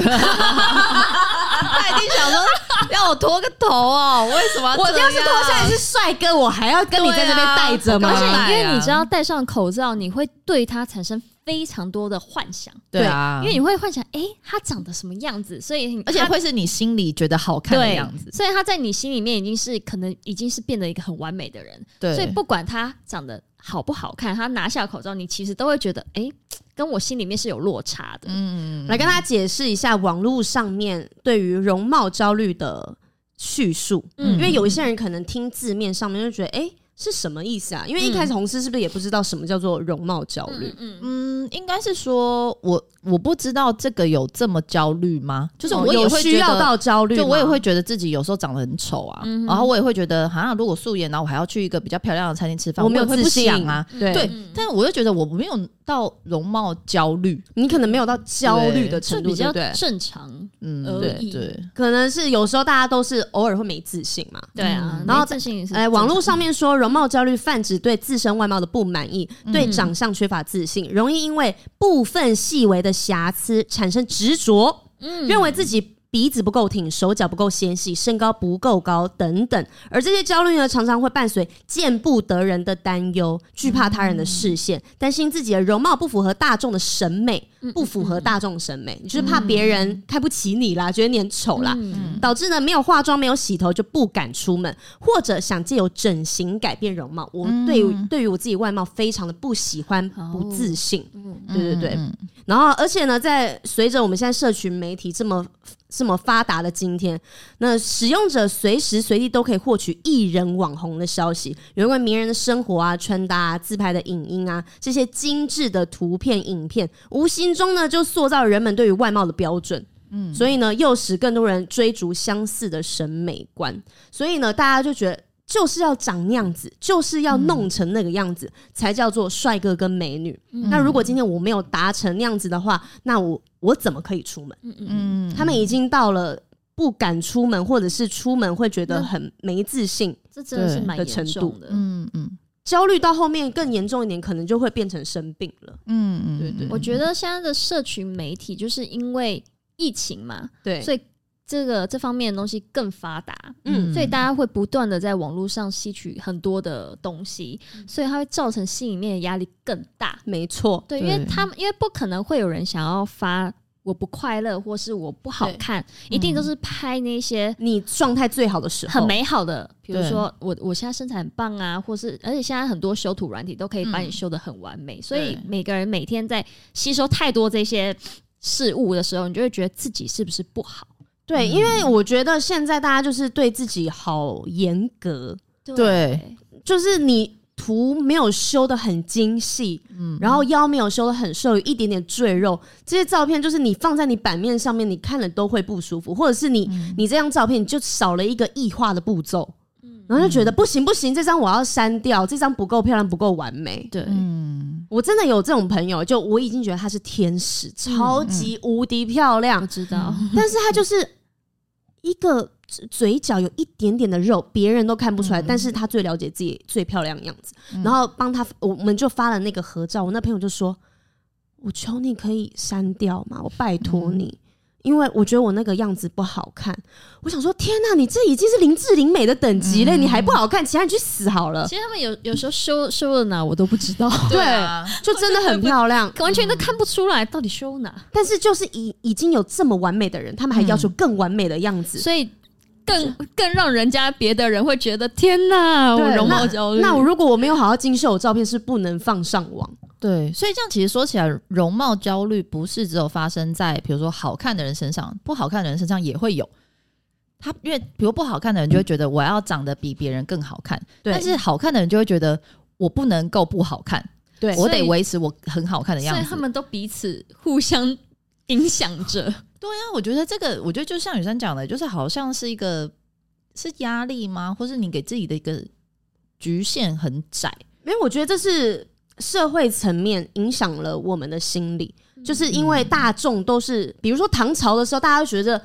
Speaker 3: 他一定想说 *laughs* 要我脱个头哦，为什么
Speaker 2: *laughs* 我要是脱下来是帅哥，我还要跟你在这边戴着吗？
Speaker 1: 而且
Speaker 3: 对啊
Speaker 1: 因为你知道戴上口罩，你会对它产生非常多的幻想，
Speaker 3: 对啊，
Speaker 1: 因为你会幻想，哎、它长得什么样子，所以
Speaker 3: 而且
Speaker 1: 它
Speaker 3: 会是你心里觉得好看的
Speaker 1: 对
Speaker 3: 样子，
Speaker 1: 所以他在你心里面已经是可能已经是变得一个很完美的人，
Speaker 3: 对，
Speaker 1: 所以不管他长得好不好看，他拿下口罩，你其实都会觉得，哎、跟我心里面是有落差的。
Speaker 3: 嗯
Speaker 2: 来跟大家解释一下网络上面对于容貌焦虑的叙述，
Speaker 1: 嗯
Speaker 2: 因为有一些人可能听字面上面就觉得，哎、是什么意思啊？因为一开始红师是不是也不知道什么叫做容貌焦虑？
Speaker 1: 嗯
Speaker 3: 嗯，应该是说我我不知道这个有这么焦虑吗？就是
Speaker 2: 哦
Speaker 3: 我也
Speaker 2: 有
Speaker 3: 会
Speaker 2: 需
Speaker 3: 觉
Speaker 2: 要
Speaker 3: 得。
Speaker 2: 到焦虑吗，
Speaker 3: 就我也会觉得自己有时候长得很丑啊，
Speaker 1: 嗯哼
Speaker 3: 然后我也会觉得，好像如果素颜，然后我还要去一个比较漂亮的餐厅吃饭，
Speaker 2: 我
Speaker 3: 我
Speaker 2: 没有
Speaker 3: 也会
Speaker 2: 自
Speaker 3: 不想
Speaker 2: 信
Speaker 3: 啊。
Speaker 2: 对
Speaker 3: 对
Speaker 1: 嗯，
Speaker 3: 但我又觉得我没有到容貌焦虑，
Speaker 2: 你可能没有到焦虑的
Speaker 1: 是
Speaker 2: 程度，
Speaker 1: 比
Speaker 2: 对
Speaker 1: 较
Speaker 2: 不对？
Speaker 1: 正常，
Speaker 3: 嗯，
Speaker 1: 而
Speaker 3: 对
Speaker 1: 已
Speaker 3: 对，
Speaker 2: 可能是有时候大家都是偶尔会没自信嘛。
Speaker 1: 对啊。
Speaker 2: 然后
Speaker 1: 没自信也是嗯
Speaker 2: 哎，网络上面说，容貌焦虑泛指对自身外貌的不满意，
Speaker 1: 嗯
Speaker 2: 对长相缺乏自信，容易因为部分细微的瑕疵产生执着，
Speaker 1: 嗯
Speaker 2: 认为自己鼻子不够挺、手脚不够纤细、身高不够高等等。而这些焦虑呢，常常会伴随见不得人的担忧，惧怕他人的视线，
Speaker 1: 嗯
Speaker 2: 担心自己的容貌不符合大众的审美，不符
Speaker 1: 嗯
Speaker 2: 合大众审美，你就是怕别人看不起你啦，觉得你很丑啦。
Speaker 1: 嗯
Speaker 2: 导致呢没有化妆、没有洗头就不敢出门，或者想借由整形改变容貌。我对于、对于我自己外貌非常的不喜欢、
Speaker 1: 嗯哦
Speaker 2: 不自信。
Speaker 1: 嗯
Speaker 2: 对对对，
Speaker 3: 嗯
Speaker 2: 然后而且呢，在随着我们现在社群媒体这么这么发达的今天，那使用者随时随地都可以获取艺人、网红的消息，有关名人的生活啊、穿搭啊、自拍的影音啊，这些精致的图片、影片，无形中呢就塑造人们对于外貌的标准。嗯，所以呢，诱使更多人追逐相似的审美观，所以呢，大家就觉得就是要长那样子，就是要弄成那个样子，才叫做帅哥跟美女。那如果今天我没有达成那样子的话，那我我怎么可以出门？
Speaker 1: 嗯嗯，
Speaker 3: 嗯
Speaker 2: 他们已经到了不敢出门，或者是出门会觉得
Speaker 1: 那
Speaker 2: 很没自信，
Speaker 1: 这真的是蛮
Speaker 2: 的
Speaker 1: 严
Speaker 2: 程
Speaker 1: 重
Speaker 2: 度
Speaker 1: 的。
Speaker 3: 嗯嗯
Speaker 2: 焦虑到后面更严重一点，可能就会变成生病了。
Speaker 3: 嗯嗯，
Speaker 2: 对对
Speaker 1: 我觉得现在的社群媒体就是因为疫情嘛，
Speaker 2: 对
Speaker 1: 所以这个这方面的东西更发达，
Speaker 2: 嗯
Speaker 1: 所以大家会不断的在网络上吸取很多的东西，所以它会造成心里面的压力更大。
Speaker 2: 没错，
Speaker 1: 对，因
Speaker 3: 对
Speaker 1: 为他们因为不可能会有人想要发我不快乐或是我不好看，一定
Speaker 3: 嗯
Speaker 1: 都是拍那些
Speaker 2: 你状态最好的时候，
Speaker 1: 很美好的，比如
Speaker 3: 对
Speaker 1: 说我我现在身材很棒啊，或是而且现在很多修图软体都可以把你修的很完美，所以
Speaker 3: 对
Speaker 1: 每个人每天在吸收太多这些事物的时候，你就会觉得自己是不是不好？
Speaker 2: 对，因为我觉得现在大家就是对自己好严格，
Speaker 3: 对
Speaker 2: 就是你图没有修的很精细，然后腰没有修的很瘦，有一点点赘肉，这些照片就是你放在你版面上面，你看了都会不舒服，或者是你、你这张照片你就少了一个异化的步骤，然后就觉得不行不行，这张我要删掉，这张不够漂亮，不够完美。
Speaker 1: 对，
Speaker 3: 嗯，
Speaker 2: 我真的有这种朋友，就我已经觉得她是天使，超级无敌漂亮
Speaker 1: 我，知道，
Speaker 2: 但是她就是一个嘴嘴角有一点点的肉，别人都看不出来，但是她最了解自己最漂亮的样子。然后帮她，我们就发了那个合照。我那朋友就说：“我求你可以删掉吗？我拜托你。因为我觉得我那个样子不好看，我想说，天呐，你这已经是林志玲美的等级了，你还不好看，其他你去死好了 *laughs*
Speaker 1: *laughs* 其！实他们有有时候修修了哪我都不知道，
Speaker 3: 对啊，
Speaker 2: 就真的很漂 *laughs* 亮，
Speaker 1: *laughs* 完
Speaker 3: 嗯
Speaker 1: 全都看不出来到底修哪，
Speaker 2: 但是就是已已经有这么完美的人，他们还要求更完美的样子，
Speaker 1: 所以更更让人家别的人会觉得天哪，我
Speaker 2: 对
Speaker 1: 容貌焦虑。
Speaker 2: 那我如果我没有好好精修，我照片是不能放上网。
Speaker 3: 对，所以这样其实说起来，容貌焦虑不是只有发生在比如说好看的人身上，不好看的人身上也会有。他因为比如不好看的人就会觉得我要长得比别人更好
Speaker 1: 嗯
Speaker 3: 看，
Speaker 2: 对
Speaker 3: 但是好看的人就会觉得我不能够不好看，
Speaker 2: 对
Speaker 3: 我
Speaker 1: 所以
Speaker 3: 得维持我很好看的样
Speaker 1: 所以
Speaker 3: 子。
Speaker 1: 他们都彼此互相影响着，
Speaker 3: 对啊，我觉得这个，我觉得就像雨珊讲的，就是好像是一个是压力吗？或是你给自己的一个局限很窄？
Speaker 2: 没有，我觉得这是社会层面影响了我们的心理，就是因为大众都是，比如说唐朝的时候，大家就觉得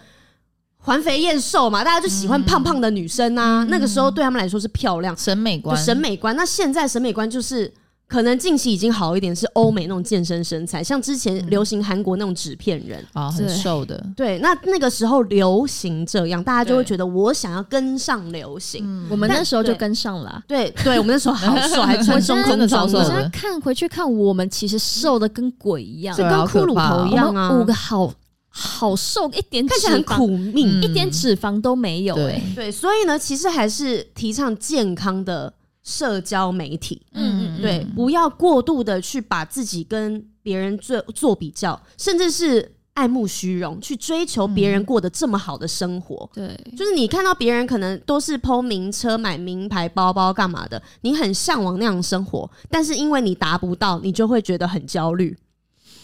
Speaker 2: 环肥燕瘦嘛，大家就喜欢胖胖的女生啊，那个时候对他们来说是漂亮，
Speaker 3: 审美
Speaker 2: 就
Speaker 3: 观，
Speaker 2: 审美观。那现在审美观就是。可能近期已经好一点，是欧美那种健身身材，像之前流行韩国那种纸片人，
Speaker 3: 啊、很
Speaker 1: 对
Speaker 3: 瘦的，
Speaker 2: 对，那那个时候流行这样，大家就会
Speaker 3: 对
Speaker 2: 觉得我想要跟上流行，
Speaker 1: *laughs* 我
Speaker 3: 嗯
Speaker 1: 们那
Speaker 2: 但
Speaker 1: 时候就
Speaker 2: 对
Speaker 1: 跟上了啊、
Speaker 2: 对对，我们那时候好瘦，还穿中
Speaker 3: 真
Speaker 2: 空
Speaker 3: 的
Speaker 2: 装
Speaker 3: 超瘦
Speaker 1: 我
Speaker 3: 的
Speaker 1: 现在看回去看，我们其实瘦的跟鬼一样，
Speaker 2: 就
Speaker 3: 对
Speaker 2: 跟
Speaker 3: 好可
Speaker 2: 骷髅
Speaker 3: 怕
Speaker 2: 头
Speaker 3: 哦
Speaker 2: 一
Speaker 1: 我
Speaker 2: 样
Speaker 1: 们
Speaker 2: 啊，
Speaker 1: 五个好好瘦，一点
Speaker 2: 看起来很
Speaker 1: 脂肪，
Speaker 2: 苦命。
Speaker 1: 一点脂肪都没有、
Speaker 3: 嗯对
Speaker 1: 哎，
Speaker 2: 对，所以呢，其实还是提倡健康的社交媒体，
Speaker 1: 嗯嗯
Speaker 2: 对，不要过度的去把自己跟别人做做比较，甚至是爱慕虚荣，去追求别人过得这么好的生活。
Speaker 1: 对，
Speaker 2: 就是你看到别人可能都是抛名车、买名牌包包干嘛的，你很向往那样的生活，但是因为你达不到，你就会觉得很焦虑，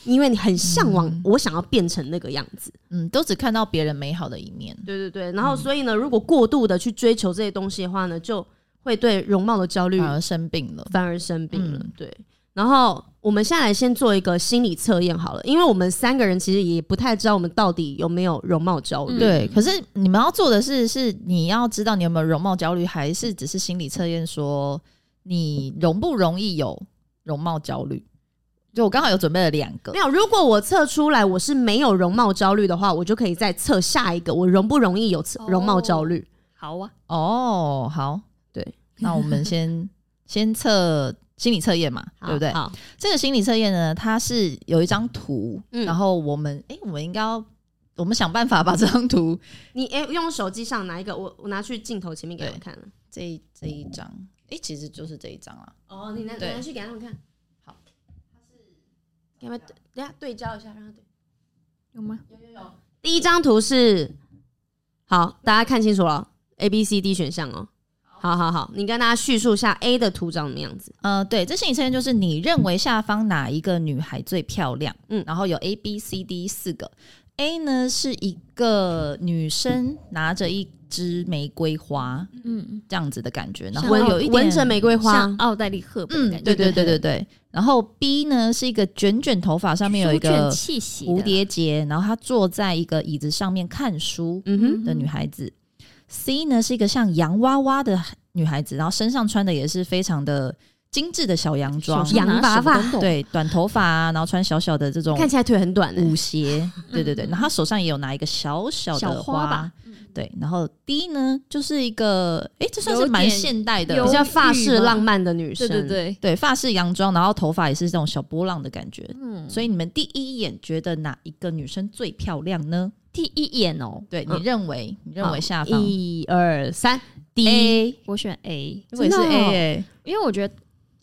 Speaker 2: 因为你很向往，我想要变成那个样子。嗯
Speaker 3: 嗯，都只看到别人美好的一面。
Speaker 2: 对对对，然后所以呢，如果过度的去追求这些东西的话呢，就会对容貌的焦虑
Speaker 3: 反而生病了，
Speaker 2: 反而生病了。
Speaker 3: 嗯
Speaker 2: 对，然后我们现在来先做一个心理测验好了，因为我们三个人其实也不太知道我们到底有没有容貌焦虑。
Speaker 3: 对。可是你们要做的是，是你要知道你有没有容貌焦虑，还是只是心理测验说你容不容易有容貌焦虑？就我刚好有准备了两个
Speaker 2: 没，有，如果我测出来我是没有容貌焦虑的话，我就可以再测下一个，我容不容易有测
Speaker 1: 哦
Speaker 2: 容貌焦虑？
Speaker 1: 好啊，
Speaker 3: 哦，好，
Speaker 2: 对，
Speaker 3: *laughs* 那我们先先测心理测验嘛，
Speaker 2: 好
Speaker 3: 对不对？
Speaker 2: 好，
Speaker 3: 这个心理测验呢，它是有一张图，
Speaker 2: 嗯
Speaker 3: 然后我们诶，我们应该要我们想办法把这张图
Speaker 2: 你哎、用手机上拿一个，我我拿去镜头前面给他们看了。
Speaker 3: 这一这一张，诶，其实就是这一张啊。
Speaker 2: 哦，你拿
Speaker 3: 对
Speaker 2: 拿去给他们看。
Speaker 3: 好，
Speaker 2: 要不要对等一下对焦一下，让他对。
Speaker 1: 有吗？
Speaker 2: 第一张图是，好，大家看清楚了，A、B、C、D 选项哦。好好好，你跟大家叙述一下 A 的图长什么样子。
Speaker 3: 呃，对，这心理测验就是你认为下方哪一个女孩最漂亮？
Speaker 2: 嗯
Speaker 3: 嗯，然后有 A、B、C、D 四个。A 呢是一个女生拿着一支玫瑰花
Speaker 1: 嗯，
Speaker 3: 这样子的感觉，然后
Speaker 1: 像
Speaker 3: 有一点
Speaker 2: 闻着玫瑰花
Speaker 1: 像，奥黛丽赫本的
Speaker 3: 嗯，
Speaker 1: 感觉，
Speaker 3: 对对对对对。然后 B 呢是一个卷卷头发，上面有一
Speaker 1: 书卷
Speaker 3: 个
Speaker 1: 气息的
Speaker 3: 蝴，蝶结，然后她坐在一个椅子上面看书
Speaker 2: 嗯哼，
Speaker 3: 的女孩子。C 呢是一个像洋娃娃的女孩子，然后身上穿的也是非常的精致的小洋装，
Speaker 1: 手上拿
Speaker 2: 洋娃娃
Speaker 1: 什么都懂，
Speaker 3: 对，短头发啊，然后穿小小的这种
Speaker 2: 看起来腿很短的、
Speaker 3: 舞鞋，对对对，然后她手上也有拿一个小
Speaker 1: 嗯
Speaker 3: 小
Speaker 1: 小
Speaker 3: 的
Speaker 1: 花吧，
Speaker 3: 对，然后 D 呢就是一个，诶，这算是
Speaker 1: 有
Speaker 3: 蛮
Speaker 1: 点
Speaker 3: 现代的，
Speaker 1: 有
Speaker 2: 比较法
Speaker 1: 忧郁
Speaker 2: 式
Speaker 1: 吗
Speaker 2: 浪漫的女生。
Speaker 1: 对对对，
Speaker 3: 对，发式洋装，然后头发也是这种小波浪的感觉。
Speaker 1: 嗯，
Speaker 3: 所以你们第一眼觉得哪一个女生最漂亮呢？
Speaker 1: 第一眼哦，
Speaker 3: 对
Speaker 2: 嗯
Speaker 3: 你认为，你认
Speaker 2: 好
Speaker 3: 为下方
Speaker 2: 一二三，D。哎
Speaker 3: A，
Speaker 1: 我选 A，
Speaker 3: 我也是
Speaker 2: 真的
Speaker 3: A，
Speaker 2: 哦
Speaker 3: 欸
Speaker 1: 因为我觉得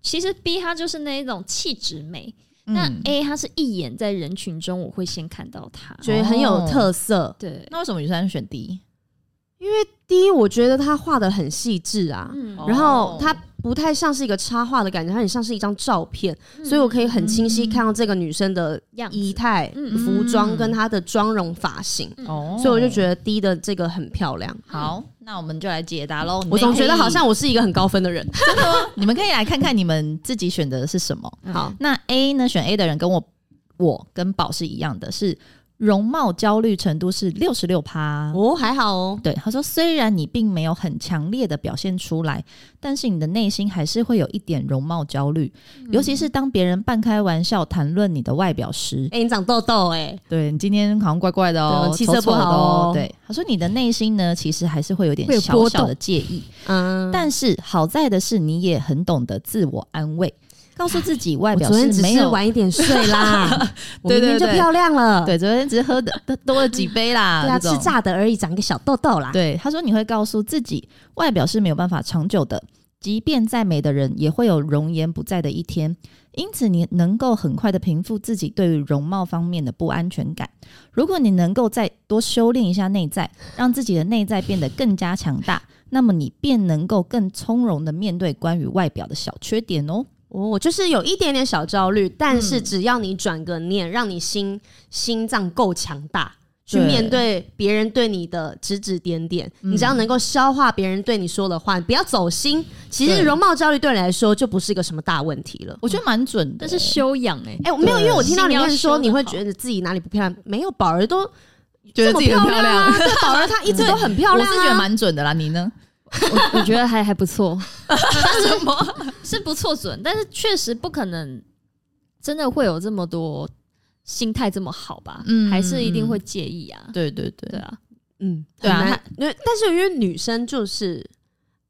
Speaker 1: 其实 B 它就是那一种气质美，那
Speaker 3: 嗯，
Speaker 1: A 它是一眼在人群中我会先看到它，
Speaker 2: 觉得很有特色。
Speaker 1: 对，
Speaker 3: 那为什么女生选 D？
Speaker 2: 哦第一，我觉得她画的很细致啊，
Speaker 1: 嗯
Speaker 2: 然后
Speaker 3: 哦
Speaker 2: 她不太像是一个插画的感觉，它很像是一张照片，所以我可以很清晰看到这个女生的
Speaker 1: 嗯样
Speaker 2: 仪
Speaker 1: 子，
Speaker 2: 态、
Speaker 1: 嗯
Speaker 2: 服装跟她的妆容、发型，
Speaker 3: 哦，
Speaker 2: 所以我就觉得 D 的这个很漂亮。
Speaker 3: 好，那我们就来解答喽。你
Speaker 2: 我
Speaker 3: 们
Speaker 2: 总
Speaker 3: 可
Speaker 2: 觉得
Speaker 3: 以
Speaker 2: 好像我是一个很高分的人。
Speaker 3: 你们可以来看看你们自己选择的是什么。
Speaker 1: 嗯
Speaker 2: 好，
Speaker 3: 那 A 呢？选 A 的人跟我，我跟宝是一样的，是容貌焦虑程度是六十六趴。
Speaker 2: 哦，还好哦，
Speaker 3: 对，他说虽然你并没有很强烈的表现出来，但是你的内心还是会有一点容貌焦虑，
Speaker 2: 嗯
Speaker 3: 尤其是当别人半开玩笑谈论你的外表时。
Speaker 2: 哎、你长痘痘哎，
Speaker 3: 对你今天好像怪怪的哦，
Speaker 2: 对气色
Speaker 3: 丑丑的
Speaker 2: 不好哦
Speaker 3: 对，他说你的内心呢，其实还是会有点
Speaker 1: 会有
Speaker 3: 小
Speaker 1: 波
Speaker 3: 小的
Speaker 1: 动
Speaker 3: 介意，
Speaker 2: 嗯，
Speaker 3: 但是好在的是，你也很懂得自我安慰，告诉自己外
Speaker 2: 我
Speaker 3: 表
Speaker 2: 昨天只
Speaker 3: 没
Speaker 2: 是
Speaker 3: 有。
Speaker 2: 晚一点睡
Speaker 3: *laughs*
Speaker 2: 啦，我
Speaker 3: 对
Speaker 2: 明天
Speaker 3: 对
Speaker 2: 就
Speaker 3: 对
Speaker 2: 漂亮了，
Speaker 3: *laughs* 对，昨天只是喝的多多了几杯啦，
Speaker 2: *laughs* 对啊，
Speaker 3: 这
Speaker 2: 吃
Speaker 3: 种
Speaker 2: 炸的而已，长个小痘痘啦，
Speaker 3: 对，他说你会告诉自己，外表是没有办法长久的，即便再美的人也会有容颜不在的一天。因此，你能够很快的平复自己对于容貌方面的不安全感。如果你能够再多修炼一下内在，让自己的内在变得更加强大，那么你便能够更从容的面对关于外表的小缺点哦。
Speaker 2: 哦，就是有一点点小焦虑，但
Speaker 3: 嗯
Speaker 2: 是只要你转个念，让你心心脏够强大，去
Speaker 3: 对嗯
Speaker 2: 面对别人对你的指指点点，你只要能够消化别人对你说的话，你不要走心。其实
Speaker 3: 对
Speaker 2: 容貌焦虑对你来说就不是一个什么大问题了。
Speaker 3: 我觉得蛮准
Speaker 2: 嗯
Speaker 3: 的
Speaker 1: 但
Speaker 3: 欸、
Speaker 1: 是修养
Speaker 3: *laughs*
Speaker 1: 哎、
Speaker 2: 哎、我没有，因为我听到
Speaker 1: 心
Speaker 2: 里
Speaker 1: 要
Speaker 2: 面说
Speaker 1: 修
Speaker 2: 你
Speaker 1: 得
Speaker 2: 会
Speaker 1: 好
Speaker 2: 觉得自己哪里不漂亮，没有宝儿都这
Speaker 3: 觉
Speaker 2: 么漂亮啊，对宝儿她一直都很漂
Speaker 3: 我
Speaker 2: 亮、啊，
Speaker 3: 是觉得蛮准的啦。你呢？
Speaker 1: 我我觉得还还不
Speaker 3: *laughs*
Speaker 1: 错，
Speaker 3: 什么？
Speaker 1: 是不错准，但是确实不可能真的会有这么多心态这么好吧？
Speaker 3: 嗯
Speaker 1: 还是一定会介意啊。
Speaker 3: 对对对
Speaker 1: 对啊，
Speaker 2: 嗯，
Speaker 3: 对啊
Speaker 2: 很难因为但是因为女生就是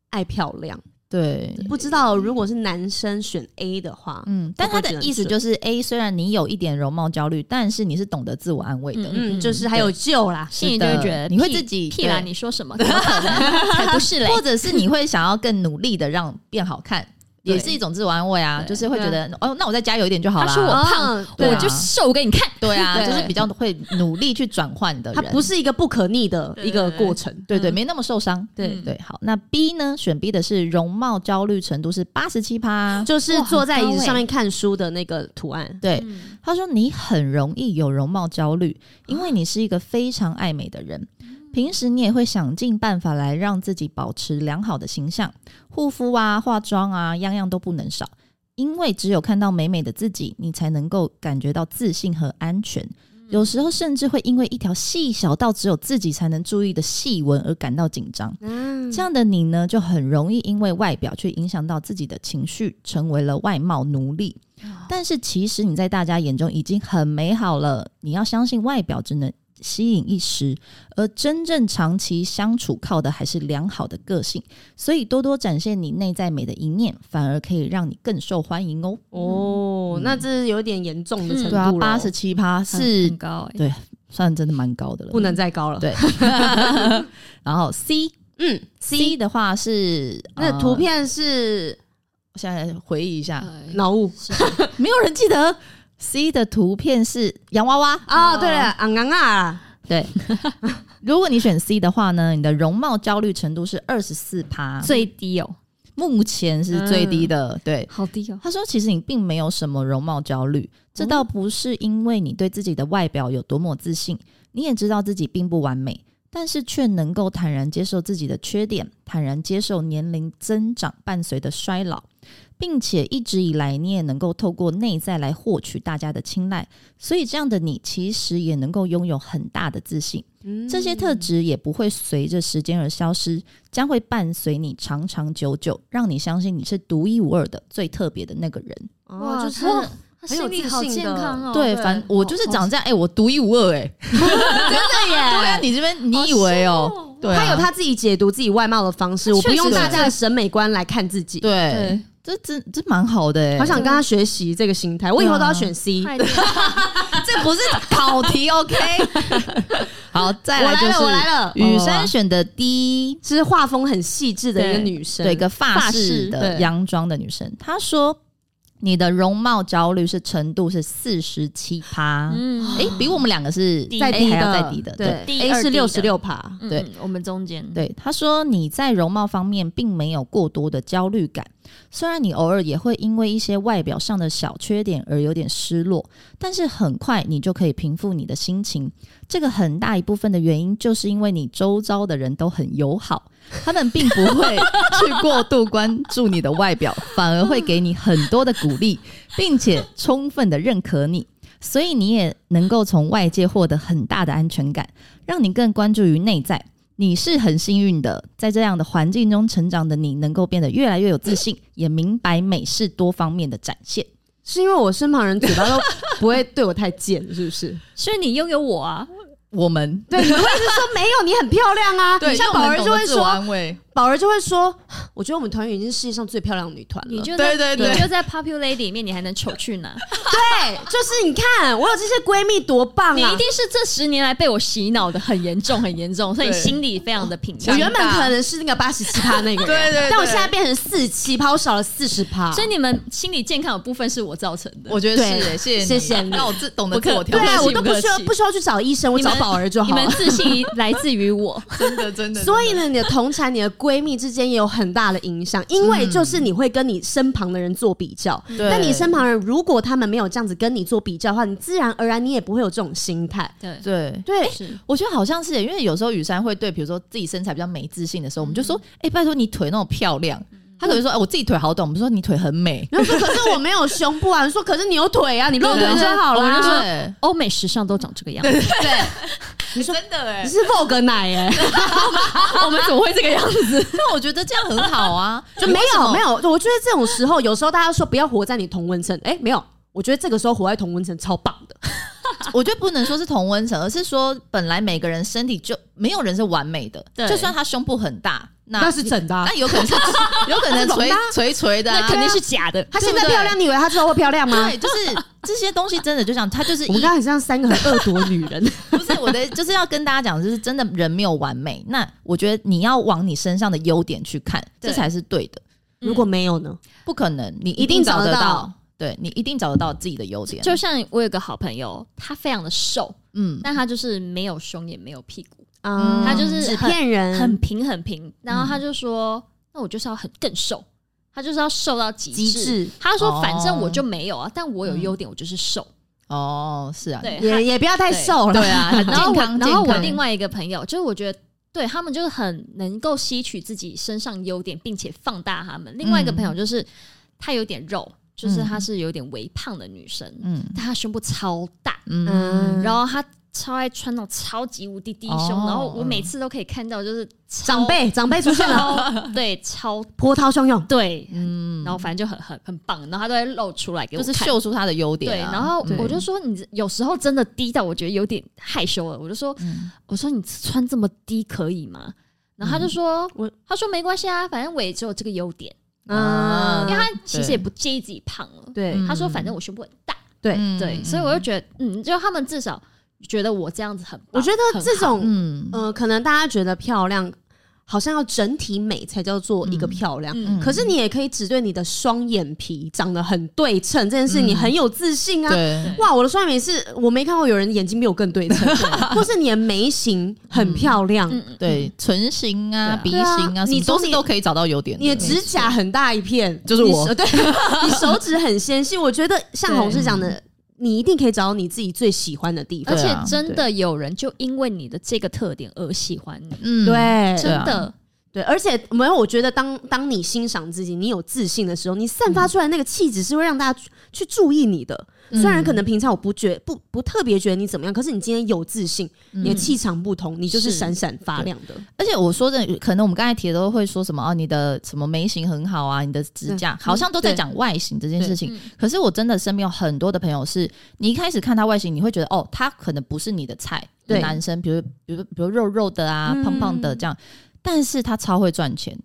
Speaker 2: 爱漂亮。
Speaker 3: 对，
Speaker 2: 不知道如果是男生选 A 的话，
Speaker 3: 嗯，但他的意思就是，A 虽然你有一点容貌焦虑，但是你是懂得自我安慰的，
Speaker 1: 嗯
Speaker 2: 嗯，就是还有救啦。
Speaker 1: 心里
Speaker 3: 是
Speaker 1: 就
Speaker 3: 的
Speaker 1: 会觉得
Speaker 3: 你会
Speaker 1: 屁
Speaker 3: 自己
Speaker 1: 屁啦，
Speaker 3: 对
Speaker 1: 你说
Speaker 3: *laughs*
Speaker 1: 什么？啊怎么可能才不是嘞！
Speaker 3: 或者是你会想要更努力的让变好看，
Speaker 2: 对
Speaker 3: 也是一种自我安慰啊，
Speaker 1: 对
Speaker 3: 就是会觉得哦，那我再加油一点就好
Speaker 1: 他说
Speaker 3: 啦。
Speaker 1: 我
Speaker 2: 啊
Speaker 1: 胖，
Speaker 3: 对
Speaker 1: 我
Speaker 3: 啊
Speaker 1: 就瘦给你看。
Speaker 3: 对啊，
Speaker 2: 对
Speaker 3: 就是比较会努力去转换的
Speaker 2: 它
Speaker 3: 人，
Speaker 2: 不是一个不可逆的一个过程。
Speaker 3: 对
Speaker 1: 嗯
Speaker 3: 对，没那么受伤。
Speaker 2: 对
Speaker 3: 嗯对，好，那 B 呢？选 B 的是容貌焦虑程度是八十七趴，
Speaker 2: 就是坐在椅
Speaker 1: 哇很
Speaker 2: 子
Speaker 1: 高欸
Speaker 2: 上面看书的那个图案，
Speaker 3: 对，他说你很容易有容貌焦虑，因为你是一个非常爱美的人，平时你也会想尽办法来让自己保持良好的形象，护肤啊、化妆啊，样样都不能少。因为只有看到美美的自己，你才能够感觉到自信和安全。有时候甚至会因为一条细小到只有自己才能注意的细纹而感到紧张。
Speaker 2: 嗯，
Speaker 3: 这样的你呢，就很容易因为外表去影响到自己的情绪，成为了外貌奴隶。但是其实你在大家眼中已经很美好了，你要相信外表只能吸引一时，而真正长期相处靠的还是良好的个性。所以多多展现你内在美的一面，反而可以让你更受欢迎哦。
Speaker 2: 哦，那这是有点严重的程度
Speaker 3: 对啊，
Speaker 2: 了，
Speaker 3: 八十七趴
Speaker 1: 很
Speaker 3: 是
Speaker 1: 很高哎、
Speaker 3: 对算真的蛮高的了，
Speaker 2: 不能再高了。
Speaker 3: 对。然后 C
Speaker 2: 嗯
Speaker 3: C
Speaker 2: ，C
Speaker 3: 的话是
Speaker 2: 那
Speaker 3: 呃
Speaker 2: 图片是
Speaker 3: 我现在回忆一下，
Speaker 1: 哎
Speaker 2: 脑雾
Speaker 3: 没有人记得 C 的图片是洋娃娃。
Speaker 2: 啊，对了，昂昂啊，
Speaker 3: 对，如果你选 C 的话呢，你的容貌焦虑程度是二十四趴，
Speaker 1: 最低哦，
Speaker 3: 目前是最低的。对，
Speaker 1: 好低哦。
Speaker 3: 他说其实你并没有什么容貌焦虑，这倒不是因为你对自己的外表有多么自信，你也知道自己并不完美。但是却能够坦然接受自己的缺点，坦然接受年龄增长伴随的衰老，并且一直以来你也能够透过内在来获取大家的青睐，所以这样的你其实也能够拥有很大的自信。这些
Speaker 2: 嗯
Speaker 3: 特质也不会随着时间而消失，将会伴随你长长久久，让你相信你是独一无二的、最特别的那个人。
Speaker 2: 哦，就是
Speaker 1: 他他
Speaker 2: 很有
Speaker 1: 心理
Speaker 2: 自
Speaker 1: 好
Speaker 2: 信
Speaker 1: 健
Speaker 2: 的
Speaker 1: 康哦。
Speaker 3: 对，反我就是长这样，哎、我独一无二、
Speaker 2: *laughs*
Speaker 3: 哎，
Speaker 2: 哦对
Speaker 3: 对
Speaker 2: 耶。
Speaker 3: 啊， *laughs* 你这边你以为哦、对、啊，
Speaker 2: 他有他自己解读自己外貌的方式，我不
Speaker 1: 确
Speaker 2: 用
Speaker 1: 实
Speaker 2: 大
Speaker 1: 是
Speaker 2: 家的审美观来看自己。
Speaker 3: 对
Speaker 1: 对，
Speaker 3: 这这这蛮好的、哎，
Speaker 2: 好想跟他学习这个心态，我以后都要
Speaker 3: 嗯
Speaker 2: 选 C。
Speaker 1: 太厉害
Speaker 3: 这不是考
Speaker 2: *laughs*
Speaker 3: 题，OK？好，再
Speaker 2: 我
Speaker 3: 来就
Speaker 2: 来
Speaker 3: 是
Speaker 2: 了，我来
Speaker 3: *laughs*
Speaker 2: 了，
Speaker 3: 雨珊选的 D，
Speaker 2: 是画风很细致的一个女生，
Speaker 3: 对，一个发
Speaker 1: 发
Speaker 3: 式
Speaker 1: 饰
Speaker 3: 的
Speaker 2: 对
Speaker 3: 洋装的女生，她说你的容貌焦虑是程度是四十七趴，
Speaker 1: 嗯，
Speaker 3: 诶，比我们两个是
Speaker 2: 再
Speaker 3: A
Speaker 2: 低
Speaker 3: 还要
Speaker 2: 的，
Speaker 3: 再低的，对。
Speaker 1: 第
Speaker 2: ，A
Speaker 1: 二
Speaker 2: 是
Speaker 1: 低
Speaker 2: 六
Speaker 1: 的
Speaker 2: 十六趴，
Speaker 1: 嗯
Speaker 3: 对
Speaker 1: 嗯我们中间
Speaker 3: 对，她说你在容貌方面并没有过多的焦虑感，虽然你偶尔也会因为一些外表上的小缺点而有点失落，但是很快你就可以平复你的心情。这个很大一部分的原因就是因为你周遭的人都很友好，他们并不会去过度关注你的外表，反而会给你很多的鼓励，并且充分的认可你。所以你也能够从外界获得很大的安全感，让你更关注于内在。你是很幸运的，在这样的环境中成长的你，能够变得越来越有自信，也明白美是多方面的展现。
Speaker 2: 是因为我身旁人嘴巴都不会对我太贱，是不 *laughs* 是？
Speaker 1: 所以你拥有我啊，
Speaker 3: 我们 *laughs*
Speaker 2: 对，你会是说没有，你很漂亮啊。
Speaker 4: 对，
Speaker 2: 像
Speaker 4: 用
Speaker 2: 宝
Speaker 4: 很
Speaker 2: 儿
Speaker 4: 懂
Speaker 2: 就
Speaker 4: 得
Speaker 2: 会
Speaker 4: 自我
Speaker 2: 说，
Speaker 4: 安慰，
Speaker 2: 宝儿就会说，我觉得我们团员已经是世界上最漂亮的女团了。
Speaker 1: 你就在
Speaker 4: 对对对
Speaker 1: 你就在 Popular 里面，你还能丑去哪？
Speaker 2: 对，就是你看我有这些闺蜜多棒
Speaker 1: 你
Speaker 2: 啊！
Speaker 1: 一定是这十年来被我洗脑的很严重，很严重，所以你心里非常的平
Speaker 2: 我
Speaker 1: 淡。
Speaker 2: 原本可能是那个八十七 *laughs* 趴那
Speaker 4: 对
Speaker 2: 个人，
Speaker 4: 对对
Speaker 2: 但我现在变成四十七趴，我少了四十趴。
Speaker 1: 所以你们心理健康有部分是我造成的。
Speaker 4: 我觉得是
Speaker 2: 对
Speaker 4: 耶，谢
Speaker 3: 啊
Speaker 2: 谢
Speaker 4: 谢
Speaker 2: 谢你
Speaker 4: 让我自懂得
Speaker 1: 不
Speaker 4: 自
Speaker 1: 客
Speaker 4: 我
Speaker 1: 气
Speaker 4: 调
Speaker 2: 对
Speaker 4: 整，
Speaker 2: 啊，我都
Speaker 1: 不
Speaker 2: 不
Speaker 1: 客
Speaker 2: 需要
Speaker 1: 气
Speaker 2: 不需要去找医生，我
Speaker 1: 你们
Speaker 2: 找宝儿就
Speaker 1: 你
Speaker 2: 好
Speaker 1: 们
Speaker 2: 了。
Speaker 1: 自信来自于我，
Speaker 4: 真的真的。
Speaker 2: 所以
Speaker 4: 真的
Speaker 2: 呢，你的同产、你的闺蜜之间也有很大的影响，因为就是你会跟你身旁的人做比较。
Speaker 4: 对
Speaker 2: 那你身旁人如果他们没有这样子跟你做比较的话，你自然而然你也不会有这种心态。
Speaker 1: 对，
Speaker 3: 对，
Speaker 2: 对，
Speaker 1: 是
Speaker 3: 我觉得好像是耶，因为有时候雨珊会对，比如说自己身材比较没自信
Speaker 2: 嗯
Speaker 3: 的时候，我们就说：“哎、拜托你腿那么漂亮。”她可能说：“哎、我自己腿好短。”我们说：“你腿很美。
Speaker 2: 然后说可是我没有胸部啊，你说可是你有腿啊，你露腿
Speaker 3: 对
Speaker 2: 就好
Speaker 3: 我
Speaker 2: 了、
Speaker 3: 们就
Speaker 2: 啊。
Speaker 3: 说
Speaker 1: 欧美时尚都长这个样子，
Speaker 4: 你真的哎
Speaker 2: 你，是 Vogue 奶哎、
Speaker 1: *laughs* 我们怎么会这个样子？：“
Speaker 3: 那我觉得这样很好啊。”
Speaker 2: *laughs* 就没有没有，我觉得这种时候，有时候大家说不要活在你同温层，哎、没有，我觉得这个时候活在同温层超棒的。
Speaker 1: *laughs*
Speaker 3: 我觉得不能说是同温层，而是说本来每个人身体就没有人是完美的，
Speaker 1: 对
Speaker 3: 就算他胸部很大，那
Speaker 2: 那是整的啊
Speaker 3: 那有可能是 *laughs* 有可能
Speaker 2: 那是隆
Speaker 3: 垂
Speaker 2: 的啊
Speaker 3: 垂垂的、
Speaker 1: 那
Speaker 3: 啊，
Speaker 1: 肯定是假的。
Speaker 2: 她现在
Speaker 3: 对不对
Speaker 2: 漂亮，你以为她之后会漂亮吗？
Speaker 3: 对，就是这些东西真的就像他就是
Speaker 2: 我们
Speaker 3: 一
Speaker 2: 刚刚很像三个很恶毒的女人，
Speaker 3: 不是我的，就是要跟大家讲，就是真的人没有完美，那我觉得你要往你身上的优点去看，
Speaker 1: 对
Speaker 3: 这才是对的，
Speaker 2: 如果没有呢？
Speaker 3: 不可能你
Speaker 2: 一
Speaker 3: 一
Speaker 2: 定
Speaker 3: 定
Speaker 2: 找得
Speaker 3: 找得
Speaker 2: 到
Speaker 3: 到。对你一定找得到自己的优点，
Speaker 1: 就像我有个好朋友，他非常的瘦，
Speaker 3: 嗯，
Speaker 1: 但他就是没有胸也没有屁股，
Speaker 2: 啊，
Speaker 1: 他就是
Speaker 2: 纸
Speaker 1: 很
Speaker 2: 片人，
Speaker 1: 很平很平。然后他就说：“那我就是要很更瘦，他就是要瘦到极
Speaker 2: 极致。
Speaker 1: 他说：“
Speaker 3: 哦
Speaker 1: 反正我就没有啊，但我有优点，我就是瘦。
Speaker 3: 哦，是啊，
Speaker 1: 对，
Speaker 2: 也也不要太瘦了。
Speaker 3: 对啊，很健
Speaker 1: 然后我，
Speaker 3: 康，
Speaker 1: 然后
Speaker 3: 健
Speaker 1: 我
Speaker 3: 康
Speaker 1: 另外一个朋友，就是我觉得对他们就是很能够吸取自己身上优点，并且放大他们。另外一个朋友就是、她有点肉，就是她是有点微胖的女生，
Speaker 3: 嗯
Speaker 1: 但她胸部超大， *laughs*
Speaker 2: 嗯，
Speaker 1: 然后她超爱穿那种超级无敌低胸，
Speaker 3: 哦
Speaker 1: 然后我每次都可以看到就是超
Speaker 2: 长辈长辈出现了，
Speaker 1: 超对超
Speaker 2: *laughs* 波涛汹涌。
Speaker 1: 对，
Speaker 3: 嗯
Speaker 1: 然后反正就很很很棒，然后她都会露出来给
Speaker 3: 就
Speaker 1: 我
Speaker 3: 是
Speaker 1: 看。
Speaker 3: 秀出他的优
Speaker 1: 对，
Speaker 3: 点啊、
Speaker 1: 然后
Speaker 3: 对
Speaker 1: 我就说你有时候真的低到我觉得有点害羞了，我就说，
Speaker 3: 嗯
Speaker 1: 我说你穿这么低可以吗？然后他就说，
Speaker 2: 我
Speaker 1: 他说没关系啊，反正我也只有这个优点，
Speaker 2: 嗯
Speaker 3: 啊，
Speaker 1: 因为他其实
Speaker 3: 对
Speaker 1: 也不介意自己胖了。
Speaker 2: 对
Speaker 3: 嗯
Speaker 1: 他说反正我胸部很大，
Speaker 3: 嗯
Speaker 1: 对，所以我就觉得，嗯，就他们至少觉得我这样子很棒，
Speaker 2: 我觉得
Speaker 1: 很
Speaker 2: 这
Speaker 1: 好
Speaker 2: 种，
Speaker 3: 嗯
Speaker 2: 呃，可能大家觉得漂亮，好像要整体美才叫做一个漂亮。
Speaker 1: 嗯
Speaker 2: 可是你也可以只对你的双眼皮长得很对称这件事，你很有自信啊。
Speaker 3: 对
Speaker 2: 哇，我的双眼皮是我没看过有人眼睛比我更对
Speaker 1: *laughs*
Speaker 2: 称，或是你的眉形很漂亮，
Speaker 1: 嗯嗯，
Speaker 3: 对，唇形啊、鼻
Speaker 2: 对啊
Speaker 3: 形啊，什
Speaker 2: 你
Speaker 3: 么
Speaker 2: 从
Speaker 3: 东西
Speaker 2: 你
Speaker 3: 都可以找到优点的。
Speaker 2: 你的指甲很大一片，
Speaker 3: 就是
Speaker 2: 你哦
Speaker 3: 我
Speaker 2: 手对， *laughs* 你手指很纤细。我觉得像
Speaker 1: 对
Speaker 2: 红是讲的，你一定可以找到你自己最喜欢的地
Speaker 1: 而
Speaker 2: 方。
Speaker 3: 对
Speaker 1: 且
Speaker 3: 啊
Speaker 1: 真的有人就因为你的这个特点而喜欢你，
Speaker 3: 嗯，
Speaker 2: 对
Speaker 1: 真
Speaker 3: 对啊
Speaker 1: 的，
Speaker 2: 对，而且没有，我觉得当当你欣赏自己，你有自信的时候，你散发出来那个气质是会让大家去去注意你的。虽
Speaker 3: 嗯
Speaker 2: 然可能平常我不觉不不特别觉得你怎么样，可是你今天有自信，你的气场不同，你就是
Speaker 1: 是
Speaker 2: 闪闪发亮的。
Speaker 3: 嗯而且我说的，可能我们刚才提的都会说什么哦，你的什么眉形很好啊，你的指甲
Speaker 2: 嗯
Speaker 3: 好像都在讲外形这件事情
Speaker 1: 对嗯。
Speaker 3: 可是我真的身边有很多的朋友是，你一开始看他外形，你会觉得哦，他可能不是你的菜，
Speaker 2: 对
Speaker 3: 男生，比如比如比如肉肉的啊
Speaker 2: 嗯，
Speaker 3: 胖胖的这样，但是他超会赚钱，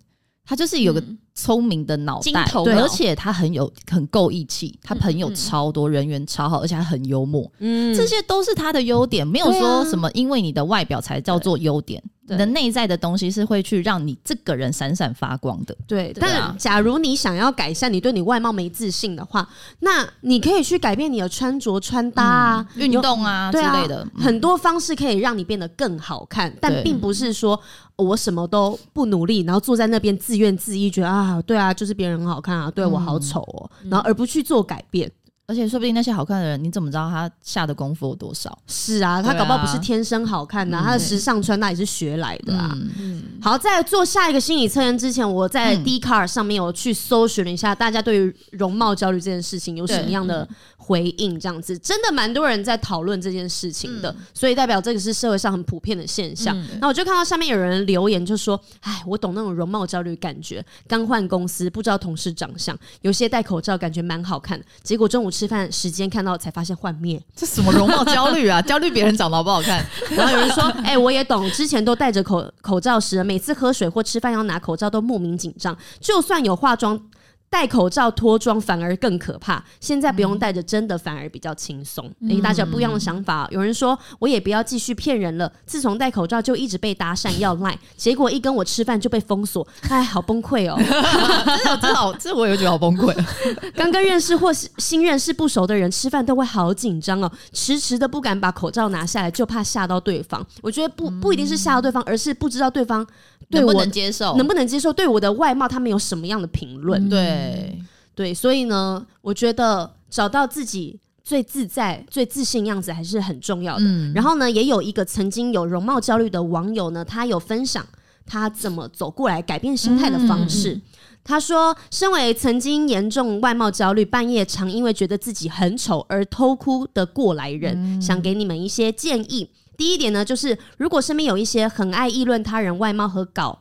Speaker 3: 他就是有个
Speaker 1: 嗯
Speaker 3: 聪明的脑
Speaker 1: 金
Speaker 3: 袋，
Speaker 1: 头
Speaker 3: 对
Speaker 1: 脑
Speaker 3: 而且他很有很够义气，他朋友
Speaker 1: 嗯嗯
Speaker 3: 超多，人缘超好，而且他很幽默，
Speaker 2: 嗯
Speaker 3: 这些都是他的优点，没有
Speaker 2: 对啊
Speaker 3: 说什么因为你的外表才叫做优点，
Speaker 1: 对
Speaker 3: 你的内在的东西是会去让你这个人闪闪发光的。
Speaker 2: 对，
Speaker 1: 对
Speaker 3: 啊
Speaker 2: 但假如你想要改善你对你外貌没自信的话，那你可以去改变你的穿着、穿搭啊、
Speaker 3: 运
Speaker 2: 有
Speaker 3: 动啊之
Speaker 2: 对啊
Speaker 3: 类的，嗯
Speaker 2: 很多方式可以让你变得更好看，但
Speaker 3: 对
Speaker 2: 并不是说呃我什么都不努力，然后坐在那边
Speaker 3: 嗯
Speaker 2: 自怨自艾，觉得啊，对啊，就是别人很好看啊，对我好丑哦，然后而不去做改变。
Speaker 3: 而且说不定那些好看的人，你怎么知道他下的功夫有多少？
Speaker 2: 是啊，他
Speaker 3: 对啊
Speaker 2: 搞不好不是天生好看的啊、
Speaker 3: 嗯
Speaker 2: 他的时尚穿搭也是学来的啊。
Speaker 3: 嗯，
Speaker 1: 嗯，
Speaker 2: 好，在做下一个心理测验之前，我在
Speaker 3: 嗯
Speaker 2: d c a r 上面有去搜寻了一下，大家对于容貌焦虑这件事情有什么样
Speaker 3: 嗯
Speaker 2: 的回应？这样子，真的蛮多人在讨论这件事情
Speaker 3: 嗯
Speaker 2: 的，所以代表这个是社会上很普遍的现象。那我就看到下面有人留言，就说：“哎，我懂那种容貌焦虑感觉，刚换公司不知道同事长相，有些戴口罩感觉蛮好看，结果中午吃饭时间看到才发现幻灭。”
Speaker 3: 这什么容貌焦虑啊？焦虑别人长得好不好看？
Speaker 2: 然后有人说：“哎、我也懂，之前都戴着口口罩时，每次喝水或吃饭要拿口罩都莫名紧张，就算有化妆。”戴口罩脱妆反而更可怕，现在不用戴着，真的反而比较轻松。诶、大家有不一样的想法、啊有人说我也不要继续骗人了，自从戴口罩就一直被搭讪要赖，结果一跟我吃饭就被封锁，哎，好崩溃哦。
Speaker 3: 真的，这好，这我也觉得好崩溃。
Speaker 2: 刚跟认识或是新认识不熟的人吃饭都会好紧张哦，迟迟的不敢把口罩拿下来，就怕吓到对方。我觉得不不一定是吓到对方，而是不知道对方对
Speaker 3: 嗯能
Speaker 2: 我嗯
Speaker 3: 不能接受？嗯
Speaker 2: 能不能接受，对我的外貌他们有什么样的评论。
Speaker 3: 对，
Speaker 2: 对，所以呢，我觉得找到自己最自在、最自信样子还是很重要的。
Speaker 3: 嗯，
Speaker 2: 然后呢，也有一个曾经有容貌焦虑的网友呢，他有分享他怎么走过来改变心态的方
Speaker 3: 嗯
Speaker 2: 式。他说：“身为曾经严重外貌焦虑，半夜常因为觉得自己很丑而偷哭的过来人，
Speaker 3: 嗯
Speaker 2: 想给你们一些建议。第一点呢，就是如果身边有一些很爱议论他人外貌和搞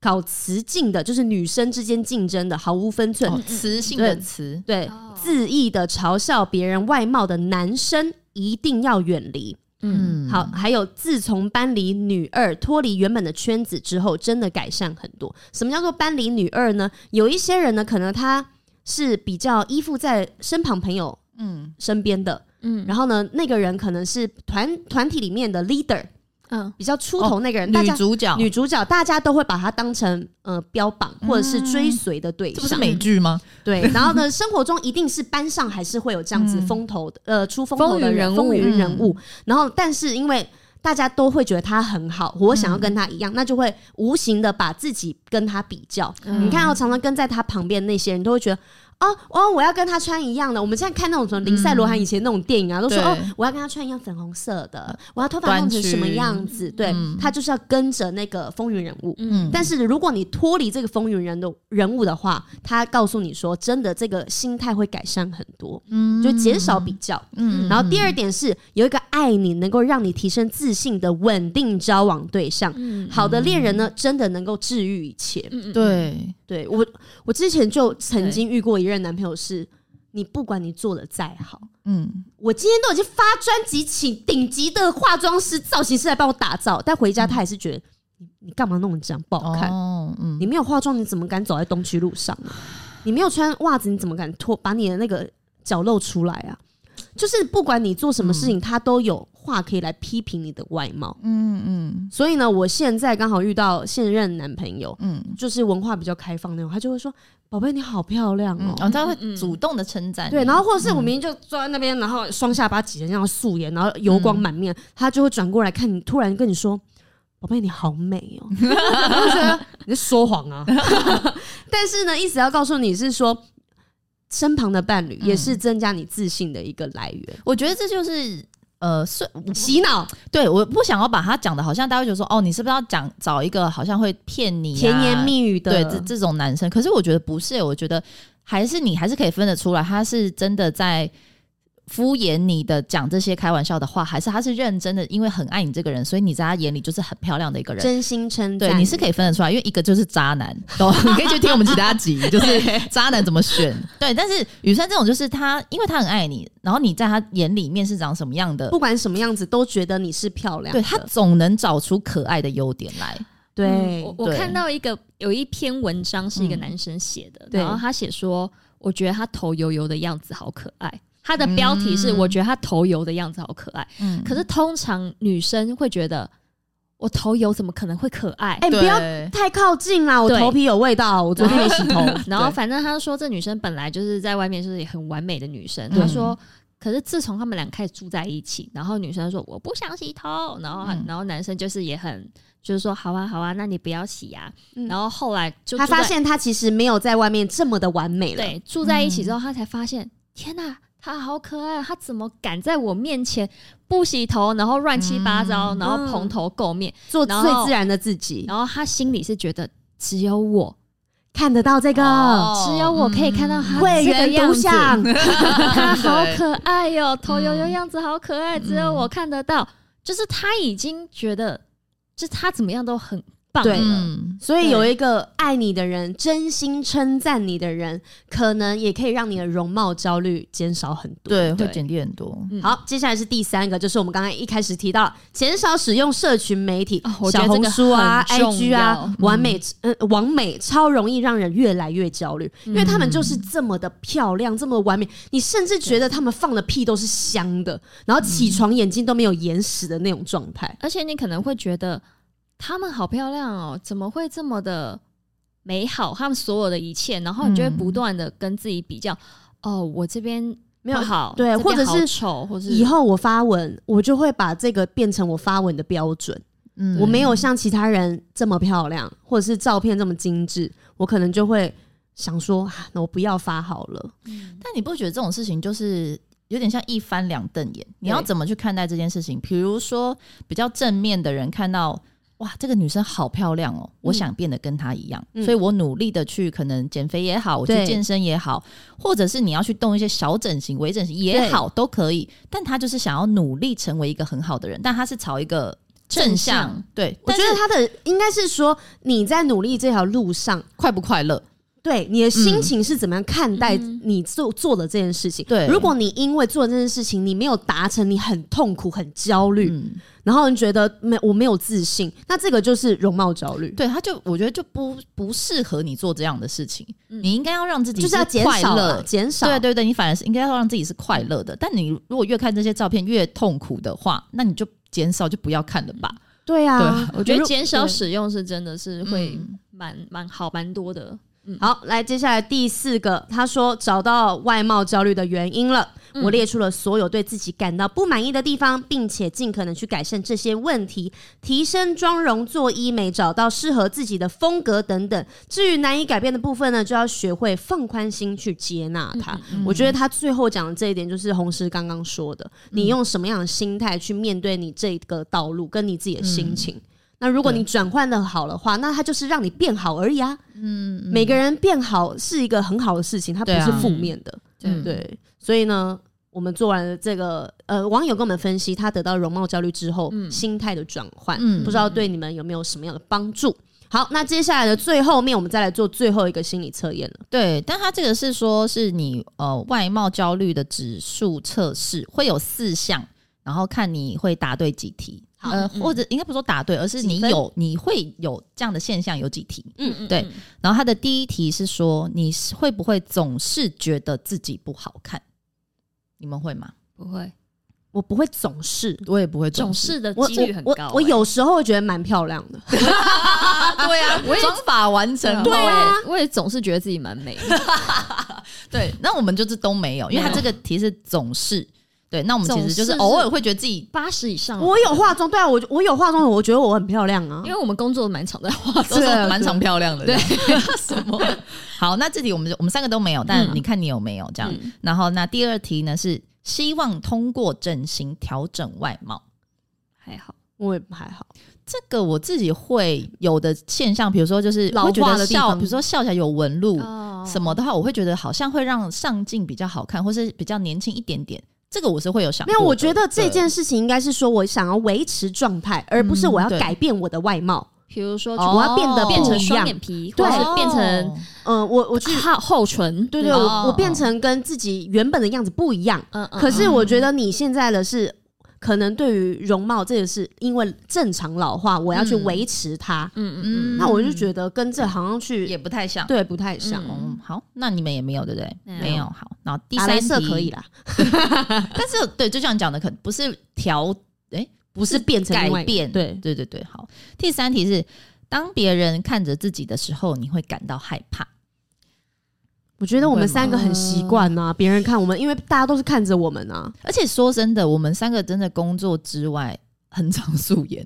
Speaker 2: 搞雌竞的，就是女生之间竞争的毫无分寸，
Speaker 3: 哦雌性的雌，
Speaker 2: 嗯对
Speaker 1: 哦
Speaker 2: 恣意的嘲笑别人外貌的男生，一定要远离。
Speaker 1: 嗯，
Speaker 3: 嗯，
Speaker 2: 好，还有自从搬离女二，脱离原本的圈子之后，真的改善很多。什么叫做搬离女二呢？有一些人呢，可能他是比较依附在身旁朋友
Speaker 3: 嗯，
Speaker 2: 身边的，嗯，然后呢，那个人可能是团团体里面的 leader，
Speaker 1: 嗯，
Speaker 2: 比较出头那个人，大
Speaker 3: 哦女
Speaker 2: 家。
Speaker 3: 主角，
Speaker 2: 女主角，大家都会把她当成呃标榜或者是追随的对
Speaker 3: 嗯这不是
Speaker 2: 象，
Speaker 3: 美剧吗？
Speaker 2: 对。然后呢，生活中一定是班上还是会有这样子风头的、呃出风头
Speaker 1: 风
Speaker 2: 的
Speaker 1: 云
Speaker 2: 人
Speaker 1: 人物
Speaker 2: 风云人物。然后，但是因为大家都会觉得他很好，我想要跟他一样，那就会无形的把自己跟他比较。
Speaker 1: 嗯
Speaker 2: 你看、哦，常常跟在他旁边那些人都会觉得。哦哦，我要跟他穿一样的。我们现在看那种什么林赛罗韩以前那种电影啊，都说
Speaker 3: 对
Speaker 2: 哦，我要跟他穿一样粉红色的，我要头发弄成
Speaker 3: 短裙
Speaker 2: 什么样子？对、他就是要跟着那个风云人物。
Speaker 3: 嗯，
Speaker 2: 但是如果你脱离这个风云人的人物的话，他告诉你说，真的这个心态会改善很多，嗯，就减少比较。
Speaker 3: 嗯
Speaker 2: 然后第二点是有一个爱你，能够让你提升自信的稳定交往对象。
Speaker 1: 嗯
Speaker 2: 好的恋人呢，真的能够治愈一切。
Speaker 1: 嗯，
Speaker 3: 对，
Speaker 2: 对我，我之前就曾经遇过一任男朋友是，你不管你做的再好，
Speaker 3: 嗯，
Speaker 2: 我今天都已经发专辑，请顶级的化妆师、造型师来帮我打造，但回家他还是觉得你你干嘛弄得这样不好看？
Speaker 3: 哦，嗯，
Speaker 2: 你没有化妆，你怎么敢走在东区路上呢？你没有穿袜子，你怎么敢脱把你的那个脚露出来啊？就是不管你做什么事情，他都有话可以来批评你的外貌。
Speaker 3: 嗯嗯
Speaker 2: 所以呢，我现在刚好遇到现任男朋友，
Speaker 3: 嗯
Speaker 2: 就是文化比较开放那种，他就会说：“宝贝，你好漂亮
Speaker 3: 嗯
Speaker 2: 哦。，
Speaker 3: 哦，他会主动的称赞你，
Speaker 2: 对，然后或者是
Speaker 3: 嗯
Speaker 2: 我明明就坐在那边，然后双下巴挤成这样素颜，然后
Speaker 3: 嗯
Speaker 2: 油光满面，他就会转过来看你，突然跟你说：“宝贝，你好美哦。” *laughs* 我就觉得你在说谎啊。 *laughs* 但是呢，意思要告诉你是说，身旁的伴侣也
Speaker 3: 嗯
Speaker 2: 是增加你自信的一个来源。
Speaker 3: 我觉得这就是。呃，是我
Speaker 2: 洗脑
Speaker 3: 对，我不想要把他讲的，好像大家会觉得说，哦，你是不是要讲找一个好像会骗你、啊、
Speaker 2: 甜言蜜语的，
Speaker 3: 对这这种男生，可是我觉得不是，我觉得还是你还是可以分得出来，他是真的在敷衍你的讲这些开玩笑的话，还是他是认真的，因为很爱你这个人，所以你在他眼里就是很漂亮的一个人。
Speaker 2: 真心称赞，
Speaker 3: 对，你是可以分得出来，因为一个就是渣男，
Speaker 1: *laughs*
Speaker 3: 懂？你可以去听我们其他集，就是渣男怎么选。对，但是雨珊这种就是他，因为他很爱你，然后你在他眼里面是长什么样的
Speaker 2: 不，管什么样子都觉得你是漂亮的。
Speaker 3: 对他总能找出可爱的优点来。
Speaker 2: 对
Speaker 1: 嗯我我
Speaker 3: 对嗯
Speaker 1: 看到一个有一篇文章是一个男生写的，
Speaker 2: 对
Speaker 1: 然后他写说，我觉得他头油油的样子好可爱。他的标题是“
Speaker 3: 嗯
Speaker 1: 我觉得他头油的样子好可爱”，
Speaker 3: 嗯，
Speaker 1: 可是通常女生会觉得我头油怎么可能会可爱？
Speaker 2: 哎、不要
Speaker 3: 对
Speaker 2: 太靠近啦，我
Speaker 1: 对
Speaker 2: 头皮有味道，我昨天没洗
Speaker 3: *laughs*
Speaker 2: 头。
Speaker 1: 然后反正他说这女生本来就是在外面就是也很完美的女生，
Speaker 3: 嗯
Speaker 1: 他说。可是自从他们俩开始住在一起，然后女生说我不想洗头，然后、
Speaker 3: 嗯
Speaker 1: 然后男生就是也很就是说好啊好啊，那你不要洗呀、
Speaker 2: 嗯
Speaker 1: 然后后来就
Speaker 2: 他
Speaker 1: 住在
Speaker 2: 发现他其实没有在外面这么的完美了。嗯
Speaker 1: 对，住在一起之后，他才发现，天哪、他好可爱，他怎么敢在我面前不洗头，然后乱七八
Speaker 2: 嗯
Speaker 1: 糟，然后蓬头垢面？
Speaker 2: 做
Speaker 1: 然
Speaker 2: 最
Speaker 1: 后
Speaker 2: 自然的自己，
Speaker 1: 然后他心里是觉得只有我，
Speaker 2: 看得到这个、
Speaker 3: 哦嗯
Speaker 1: 只有我可以看到他
Speaker 2: 嗯会
Speaker 1: 这个
Speaker 2: 员
Speaker 1: 样
Speaker 2: 独
Speaker 1: 子，
Speaker 2: 享，
Speaker 1: 他好
Speaker 4: 对
Speaker 1: 可爱哟、呃哎头
Speaker 2: 嗯
Speaker 1: 油油样子好可爱，只有我看得到。就是他已经觉得，就是他怎么样都很棒
Speaker 2: 对
Speaker 1: 了。
Speaker 3: 嗯，
Speaker 2: 所以有一个爱你的人，真心称赞你的人，可能也可以让你的容貌焦虑减少很多。
Speaker 3: 对，会
Speaker 1: 对
Speaker 3: 减低很多。
Speaker 1: 嗯
Speaker 2: 好，接下来是第三个，就是我们刚刚一开始提到减少使用社群媒体，
Speaker 1: 哦我觉
Speaker 2: 小
Speaker 1: 得
Speaker 2: 红
Speaker 1: 这个
Speaker 2: 书啊、
Speaker 1: 很重
Speaker 2: IG 啊
Speaker 1: 要，
Speaker 2: 完美嗯、呃，完美超容易让人越来越焦虑，因为他们就是这么的漂亮，这么完美，你甚至觉得他们放的屁都是香的，然后起床眼睛都没有眼屎的那种状态。
Speaker 1: 而且你可能会觉得她们好漂亮哦，怎么会这么的美好？她们所有的一切，然后你就会不断的跟自己比较。哦，我这边
Speaker 2: 没有
Speaker 1: 不好，
Speaker 2: 对
Speaker 1: 这边
Speaker 2: 或者是
Speaker 1: 好丑，或是
Speaker 2: 以后我发文，我就会把这个变成我发文的标准。
Speaker 3: 嗯
Speaker 2: 我没有像其他人这么漂亮，或者是照片这么精致，我可能就会想说，啊那我不要发好了。
Speaker 3: 但你不觉得这种事情就是有点像一翻两瞪眼？你要怎么去看待这件事情？比如说，比较正面的人看到。哇，这个女生好漂亮哦！我想变得跟她一样，
Speaker 2: 嗯
Speaker 3: 所以我努力的去可能减肥也好，我去
Speaker 2: 对
Speaker 3: 健身也好，或者是你要去动一些小整形、微整形也好，都可以。但她就是想要努力成为一个很好的人，但她是朝一个正
Speaker 1: 正
Speaker 3: 向，
Speaker 1: 向
Speaker 3: 对。
Speaker 2: 我觉
Speaker 3: 但
Speaker 2: 得
Speaker 3: 是
Speaker 2: 他的应该是说，你在努力这条路上，
Speaker 3: 快不快乐？
Speaker 2: 对你的心情是怎么样看待
Speaker 1: 嗯
Speaker 2: 你做做的这件事情？
Speaker 3: 对
Speaker 2: 如果你因为做这件事情你没有达成，你很痛苦、很焦虑，
Speaker 3: 嗯，
Speaker 2: 然后你觉得没我没有自信，那这个就是容貌焦虑。
Speaker 3: 对，他就我觉得就不不适合你做这样的事情。
Speaker 1: 嗯
Speaker 3: 你应该要让自己
Speaker 2: 就是要减
Speaker 3: 快
Speaker 2: 少啊
Speaker 3: 乐
Speaker 2: 啦，，减少。
Speaker 3: 对对对，你反而是应该要让自己是快乐的。但你如果越看这些照片越痛苦的话，那你就减少就不要看了吧。
Speaker 2: 对
Speaker 3: 对
Speaker 2: 啊
Speaker 3: 啊，
Speaker 1: 我觉得
Speaker 2: 如
Speaker 1: 减少
Speaker 2: 对
Speaker 1: 使用是真的是会
Speaker 3: 嗯
Speaker 1: 蛮蛮好蛮多的。
Speaker 2: 好，来，接下来第四个，他说找到外貌焦虑的原因了。我列出了所有对自己感到不满意的地方，并且尽可能去改善这些问题，提升妆容、做医美，找到适合自己的风格等等。至于难以改变的部分呢，就要学会放宽心去接纳它。我觉得他最后讲的这一点，就是红师刚刚说的，你用什么样的心态去面对你这个道路，跟你自己的心情。那如果你转换的好的话，那它就是让你变好而已啊。嗯，每个人变好是一个很好的事情，它不
Speaker 3: 对啊
Speaker 2: 是负面的。
Speaker 3: 嗯
Speaker 2: 对，所以呢，我们做完了这个，呃，网友跟我们分析他得到容貌焦虑之后、心态的转换，
Speaker 3: 嗯
Speaker 2: 不知道对你们有没有什么样的帮助？好，那接下来的最后面，我们再来做最后一个心理测验了。
Speaker 3: 对，但他这个是说是你呃外貌焦虑的指数测试会有四项，然后看你会答对几题。
Speaker 2: 好
Speaker 3: 呃，
Speaker 1: 嗯
Speaker 3: 或者应该不是说答对，而是你
Speaker 2: 分
Speaker 3: 有你会有这样的现象有几题。
Speaker 2: 嗯
Speaker 1: 嗯
Speaker 3: 对然后他的第一题是说你是会不会总是觉得自己不好看？你们会吗？
Speaker 1: 不会，
Speaker 2: 我不会总是，
Speaker 3: 我也不会
Speaker 1: 总是的
Speaker 2: 我
Speaker 1: 几率很高
Speaker 2: 我
Speaker 1: 欸、
Speaker 2: 我我有时候会觉得蛮漂亮 *laughs* 的，
Speaker 3: 啊，对
Speaker 2: *laughs*
Speaker 3: 啊，装法完成后
Speaker 1: 对
Speaker 2: 啊
Speaker 1: 我也我也总是觉得自己蛮美的，
Speaker 2: *laughs*
Speaker 3: 对，那我们就是都没有，因为他
Speaker 1: 没有
Speaker 3: 这个题是总是。对，那我们其实就是
Speaker 1: 总是
Speaker 3: 偶尔会觉得自己
Speaker 1: 八十以上了，
Speaker 2: 我有化妆，对啊，我我有化妆，我觉得我很漂亮啊
Speaker 1: 因。为我们工作蛮长的话，
Speaker 3: 都是
Speaker 2: 对 *laughs* 啊
Speaker 3: 蛮常漂亮的。
Speaker 1: 对，
Speaker 3: *laughs* 什么？好，那这题我们就我们三个都没有，
Speaker 2: 嗯
Speaker 3: 但你看你有没有这样？然后那第二题呢是希望通过整形调整外貌。
Speaker 1: 还好。
Speaker 2: 我也还好，
Speaker 3: 这个我自己会有的现象，比如说就是
Speaker 2: 老
Speaker 3: 会觉
Speaker 2: 化
Speaker 3: 得
Speaker 2: 的地
Speaker 3: 笑，
Speaker 2: 方
Speaker 3: 比如说笑起来有纹路，
Speaker 1: 哦
Speaker 3: 什么的话，我会觉得好像会让上镜比较好看，或是比较年轻一点点。这个我是会有想
Speaker 2: 没有，
Speaker 3: 过
Speaker 2: 我
Speaker 3: 的
Speaker 2: 觉得这
Speaker 3: 对
Speaker 2: 件事情应该是说我想要维持状态，而不是我要
Speaker 3: 嗯对
Speaker 2: 改变我的外貌。
Speaker 1: 比如说，呃
Speaker 3: 哦
Speaker 2: 我要变得
Speaker 1: 变
Speaker 2: 不
Speaker 1: 成
Speaker 2: 一
Speaker 1: 双
Speaker 2: 样
Speaker 1: 眼。皮，
Speaker 2: 对
Speaker 1: 或是变成
Speaker 3: 哦
Speaker 2: 嗯，我我去，
Speaker 1: 厚厚唇，
Speaker 2: 对对，
Speaker 3: 哦
Speaker 2: 我我变成跟自己原本的样子不一样。
Speaker 1: 嗯嗯，
Speaker 2: 可是我觉得你现在的是，可能对于容貌，这个是因为正常老化，我要去
Speaker 3: 嗯
Speaker 2: 维持它。
Speaker 1: 嗯嗯
Speaker 3: 嗯
Speaker 2: 那我就觉得跟这好像去
Speaker 3: 也不太像。
Speaker 2: 对不太像。
Speaker 1: 嗯
Speaker 3: 嗯，好，那你们也没有对不对？
Speaker 1: 没有
Speaker 3: 没有，好，然后第
Speaker 2: 打
Speaker 3: 三
Speaker 2: 镭
Speaker 3: 题
Speaker 2: 射可以，啦，
Speaker 3: 但是对，就像你讲的，可不是调，哎，不
Speaker 2: 不是
Speaker 3: 是
Speaker 2: 变成
Speaker 3: 改
Speaker 2: 另外一个
Speaker 3: 变，
Speaker 2: 对，
Speaker 3: 对对对，好。第三题是，当别人看着自己的时候，你会感到害怕。
Speaker 2: 我觉得我们
Speaker 3: 会吗
Speaker 2: 三个很习惯呐，别人看我们，因为大家都是看着我们啊。 *laughs*
Speaker 3: 而且说真的，我们三个真的工作之外很常素颜，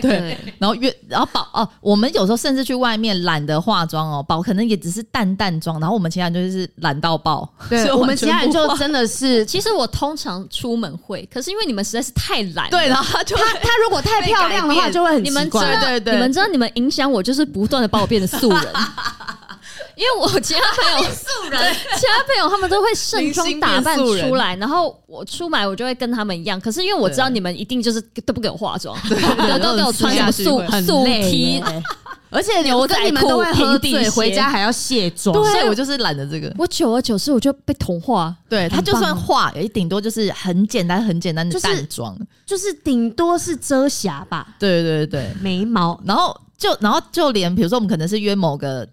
Speaker 3: 对，然后越然后保哦，我们有时候甚至去外面懒得化妆哦，保可能也只是淡淡妆，然后我们其他人就是懒到爆，所以
Speaker 2: 对我们其他人
Speaker 3: 完全不
Speaker 2: 就
Speaker 3: 化
Speaker 2: 真的
Speaker 1: *laughs*
Speaker 2: 是
Speaker 1: 其实我通常出门会，可是因为你们实在是太懒了，
Speaker 3: 对，然后他就
Speaker 2: 她，她如果太漂亮
Speaker 4: 被
Speaker 2: 的话，
Speaker 4: 改变
Speaker 2: 就会很
Speaker 1: 你们
Speaker 2: 奇
Speaker 1: 知道
Speaker 2: 怪。
Speaker 3: 对对对
Speaker 1: 你们知道你们影响我，就是不断的把我变成素人。因为我其他朋友素人，其他朋友他们都会盛装打扮
Speaker 3: 明星变素
Speaker 1: 出来，然后我出来我就会跟他们一样。可是因为我知道你们一定就是都不给我化妆，都给我穿什么素
Speaker 2: 很
Speaker 1: 素
Speaker 2: 累
Speaker 1: 体，
Speaker 2: 而且你我跟你们
Speaker 1: 牛仔裤
Speaker 2: 都会喝
Speaker 1: 平底
Speaker 2: 醉，
Speaker 1: 鞋
Speaker 2: 回家还要卸妆。
Speaker 3: 所以我就是懒得这个。
Speaker 1: 我久而久之我就被同化。
Speaker 3: 对他
Speaker 2: 很
Speaker 3: 就
Speaker 2: 棒
Speaker 3: 算化，也顶多就是很简单、很简单
Speaker 2: 就
Speaker 3: 的
Speaker 2: 是
Speaker 3: 淡妆。
Speaker 2: 就是顶多是遮瑕吧，
Speaker 3: 对对对，
Speaker 2: 眉毛。
Speaker 3: 然后就然后就连比如说我们可能是约某个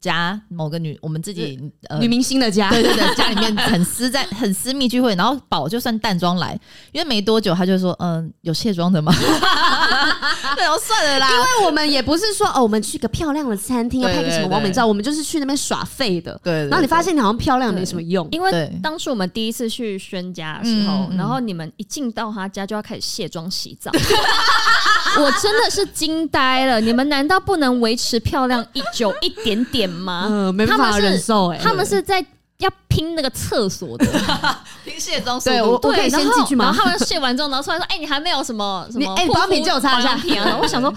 Speaker 3: 家某个女，我们自己呃
Speaker 2: 女明星的家，
Speaker 3: 对对对，家里面很私在很私密聚会，然后宝就算淡妆来，因为没多久他就说，嗯，有卸妆的吗？ *laughs* 对，我算了啦，
Speaker 2: *laughs* 因为我们也不是说哦，我们去个漂亮的餐厅要啊
Speaker 3: 对
Speaker 2: 拍个什么
Speaker 3: 对
Speaker 2: 完美
Speaker 3: 对
Speaker 2: 照，我们就是去那边耍废的。
Speaker 3: 对
Speaker 2: 然后你发现你好像漂亮没什么用，
Speaker 1: 因为
Speaker 3: 对
Speaker 1: 当初我们第一次去轩家的时候
Speaker 3: 嗯，嗯嗯
Speaker 1: 然后你们一进到他家就要开始卸妆洗澡。 *laughs* 我真的是惊呆了！你们难道不能维持漂亮一久一点点吗？
Speaker 2: 嗯，没办
Speaker 1: 他
Speaker 2: 法
Speaker 1: 们是
Speaker 2: 忍受哎。
Speaker 1: 他们是在要拼那个厕所的，
Speaker 3: 听卸妆速
Speaker 2: 对我
Speaker 3: 度，
Speaker 2: 我可
Speaker 1: *laughs* 对，
Speaker 2: 以先
Speaker 1: 然后
Speaker 2: 进去吗
Speaker 1: 然后他们卸完之后，然后突然说：“哎、你还没有什么什
Speaker 2: 你
Speaker 1: 么护
Speaker 2: 哎
Speaker 1: 肤
Speaker 2: 保养品借我擦一下
Speaker 1: 保养品 *laughs* 啊。”我想说，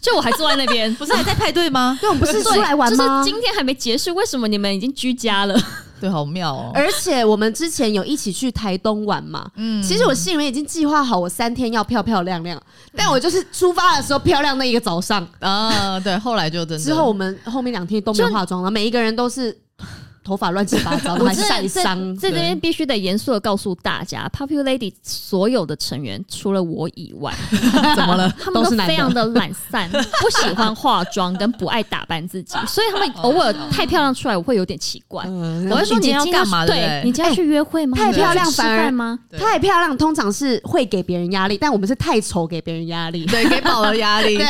Speaker 1: 就我还坐在那 *laughs* 边，
Speaker 3: 不是还在派对吗？
Speaker 2: 对，我们不是
Speaker 1: 对
Speaker 2: 出来玩吗？
Speaker 1: 就是今天还没结束，为什么你们已经居家了？
Speaker 3: 对，好妙哦。
Speaker 2: 而且我们之前有一起去台东玩嘛，嗯，其实我心里面已经计划好我三天要漂漂亮亮，但我就是出发的时候漂亮那一个早上，
Speaker 3: 啊，对，后来就真的
Speaker 2: 之后我们后面两天都没有化妆了，每一个人都是头发乱七八糟，
Speaker 1: 我
Speaker 2: 哦还
Speaker 1: 真
Speaker 2: 晒
Speaker 1: 的在
Speaker 2: 伤，
Speaker 1: 在这边必须得严肃的告诉大家，Popular Lady 所有的成员除了我以外，
Speaker 2: *laughs* 怎么了？
Speaker 1: *laughs* 他们
Speaker 2: 都是
Speaker 1: 都
Speaker 2: 男
Speaker 1: 非常
Speaker 2: 的。
Speaker 1: 的懒散， *laughs* 不喜欢化妆跟不爱打扮
Speaker 2: *laughs*
Speaker 1: 自己，所以他们偶尔太漂亮出来，我会有点奇怪。
Speaker 2: 哦嗯
Speaker 1: 我会说你
Speaker 3: 你今天要
Speaker 1: 要
Speaker 3: 干嘛对不
Speaker 1: 对
Speaker 3: 对
Speaker 1: 你今天要去约会吗？
Speaker 2: 哎太
Speaker 1: 你今
Speaker 2: 漂
Speaker 1: 天
Speaker 2: 亮
Speaker 1: 要去吃
Speaker 2: 反而
Speaker 1: 饭吗？
Speaker 3: 对
Speaker 2: 太漂亮，通常是会给别人压力，但我们是太丑给别人压力。
Speaker 3: 对给宝的压
Speaker 2: *laughs*
Speaker 3: 力，
Speaker 2: 对，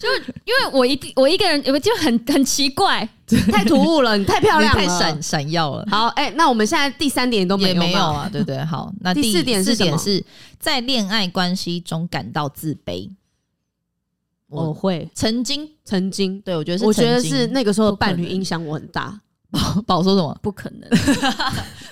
Speaker 1: 因为我一定我一个人，我就很很奇怪，
Speaker 2: 太突兀了，你太漂
Speaker 3: 你
Speaker 2: 亮了，
Speaker 3: 太闪闪耀了。
Speaker 2: 好，哎、那我们现在第三点都没
Speaker 3: 也
Speaker 2: 有吗
Speaker 3: 没有啊，对对，好，那
Speaker 2: 第
Speaker 3: 第
Speaker 2: 四点是什么
Speaker 3: 是在恋爱关系中感到自卑。
Speaker 2: 我
Speaker 3: 我
Speaker 2: 会
Speaker 3: 曾经，
Speaker 2: 曾经，
Speaker 3: 对我觉得是
Speaker 2: 我觉得
Speaker 3: 曾经
Speaker 2: 是那个时候的伴侣
Speaker 3: 不可能
Speaker 2: 影响我很大，
Speaker 3: *laughs* 宝说什么，
Speaker 1: 不可
Speaker 2: *laughs*
Speaker 1: 能，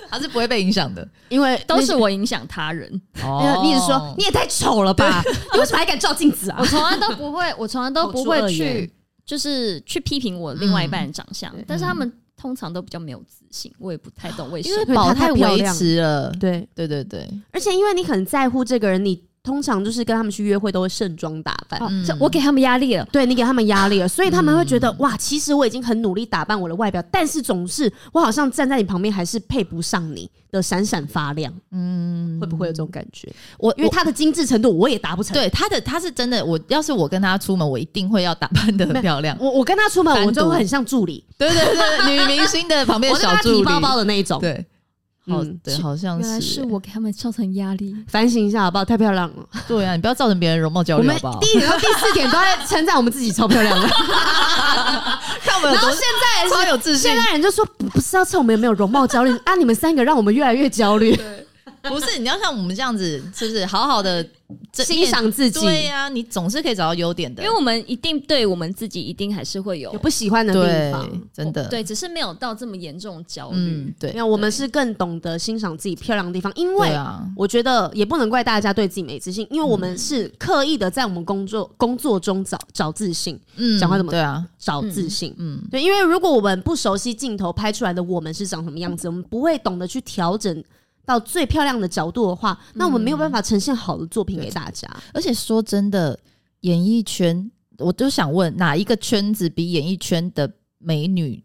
Speaker 3: 他是不会被影响的。
Speaker 2: 因为
Speaker 1: 都是我影响他人，
Speaker 2: 那。你一直说你也太丑了吧？ *laughs* 你为什么还敢照镜子啊
Speaker 1: 我？ *laughs* 从来都不会，我从来都不
Speaker 3: 口出
Speaker 1: 会
Speaker 3: 恶言
Speaker 1: 去，就是去批评我另外一半的长相，但是他们通常都比较没有自信，我也不太懂为什
Speaker 3: 因为
Speaker 1: 么。
Speaker 3: 宝
Speaker 2: 太
Speaker 3: 太
Speaker 2: 漂
Speaker 3: 维
Speaker 2: 亮
Speaker 3: 持了，
Speaker 2: 对，
Speaker 3: 对对对，
Speaker 2: 而且因为你很在乎这个人，你通常就是跟他们去约会都会盛装打扮。
Speaker 1: 哦
Speaker 3: 嗯
Speaker 1: 这我给他们压力了，
Speaker 2: 对你给他们压力了，所以他们会觉得、哇，其实我已经很努力打扮我的外表，但是总是我好像站在你旁边还是配不上你的闪闪发亮，
Speaker 3: 嗯，
Speaker 2: 会不会有这种感觉？
Speaker 3: 我
Speaker 2: 因为
Speaker 3: 我
Speaker 2: 他的精致程度我也达不成。
Speaker 3: 对他的他是真的，我要是我跟他出门，我一定会要打扮的很
Speaker 2: *laughs*
Speaker 3: 漂亮，
Speaker 2: 我我跟他出
Speaker 3: 单
Speaker 2: 门，
Speaker 3: 独
Speaker 2: 我都会很像助理，
Speaker 3: 对对对，女明星的旁边
Speaker 2: 我是
Speaker 3: 小
Speaker 2: 跟他
Speaker 3: 助
Speaker 2: 提
Speaker 3: 理，
Speaker 2: 包包的那一种。
Speaker 3: 对，好
Speaker 2: 嗯
Speaker 3: 对，
Speaker 2: 是
Speaker 3: 好像
Speaker 1: 原来是
Speaker 3: 是，
Speaker 1: 我给他们造成压力。
Speaker 2: 反省一下好不好？太漂亮了。
Speaker 3: 对啊，你不要造成别人容貌焦
Speaker 2: 我
Speaker 3: 虑
Speaker 2: 们
Speaker 3: 好不好？
Speaker 2: 第一点到第四点都在称赞我们自己超漂
Speaker 3: *laughs*
Speaker 2: 亮的，
Speaker 3: 看我们有
Speaker 2: 然后
Speaker 3: 多
Speaker 2: 现在
Speaker 3: 超有自信
Speaker 2: 现，在人就说不不是要测我们有没有容貌焦
Speaker 3: *laughs*
Speaker 2: 虑啊？你们三个让我们越来越焦虑，
Speaker 3: 不是你要像我们这样子，是不是好好的
Speaker 2: 欣赏自己，
Speaker 3: 对呀，你总是可以找到优点的
Speaker 1: 因为，我们一定对我们自己一定还是会有
Speaker 2: 有不喜欢的地
Speaker 3: 对
Speaker 2: 方。，
Speaker 3: 真的，
Speaker 1: 对，只是没有到这么严重的焦虑。
Speaker 3: 嗯，对
Speaker 2: 没，有，我们是更懂得欣赏自己漂亮的地方，因
Speaker 3: 对
Speaker 2: 为
Speaker 3: 啊，
Speaker 2: 我觉得也不能怪大家对自己没自信，因为我们是刻意的在我们工作工作中找找自信，
Speaker 3: 嗯，
Speaker 2: 讲话怎么
Speaker 3: 对啊，
Speaker 2: 找自信。
Speaker 3: 嗯，
Speaker 2: 对，因为如果我们不熟悉镜头拍出来的我们是长什么样子，我们不会懂得去调整到最漂亮的角度的话，那我们没有办法呈现好的作品给大家。
Speaker 3: 而且说真的，演艺圈，我就想问，哪一个圈子比演艺圈的美女？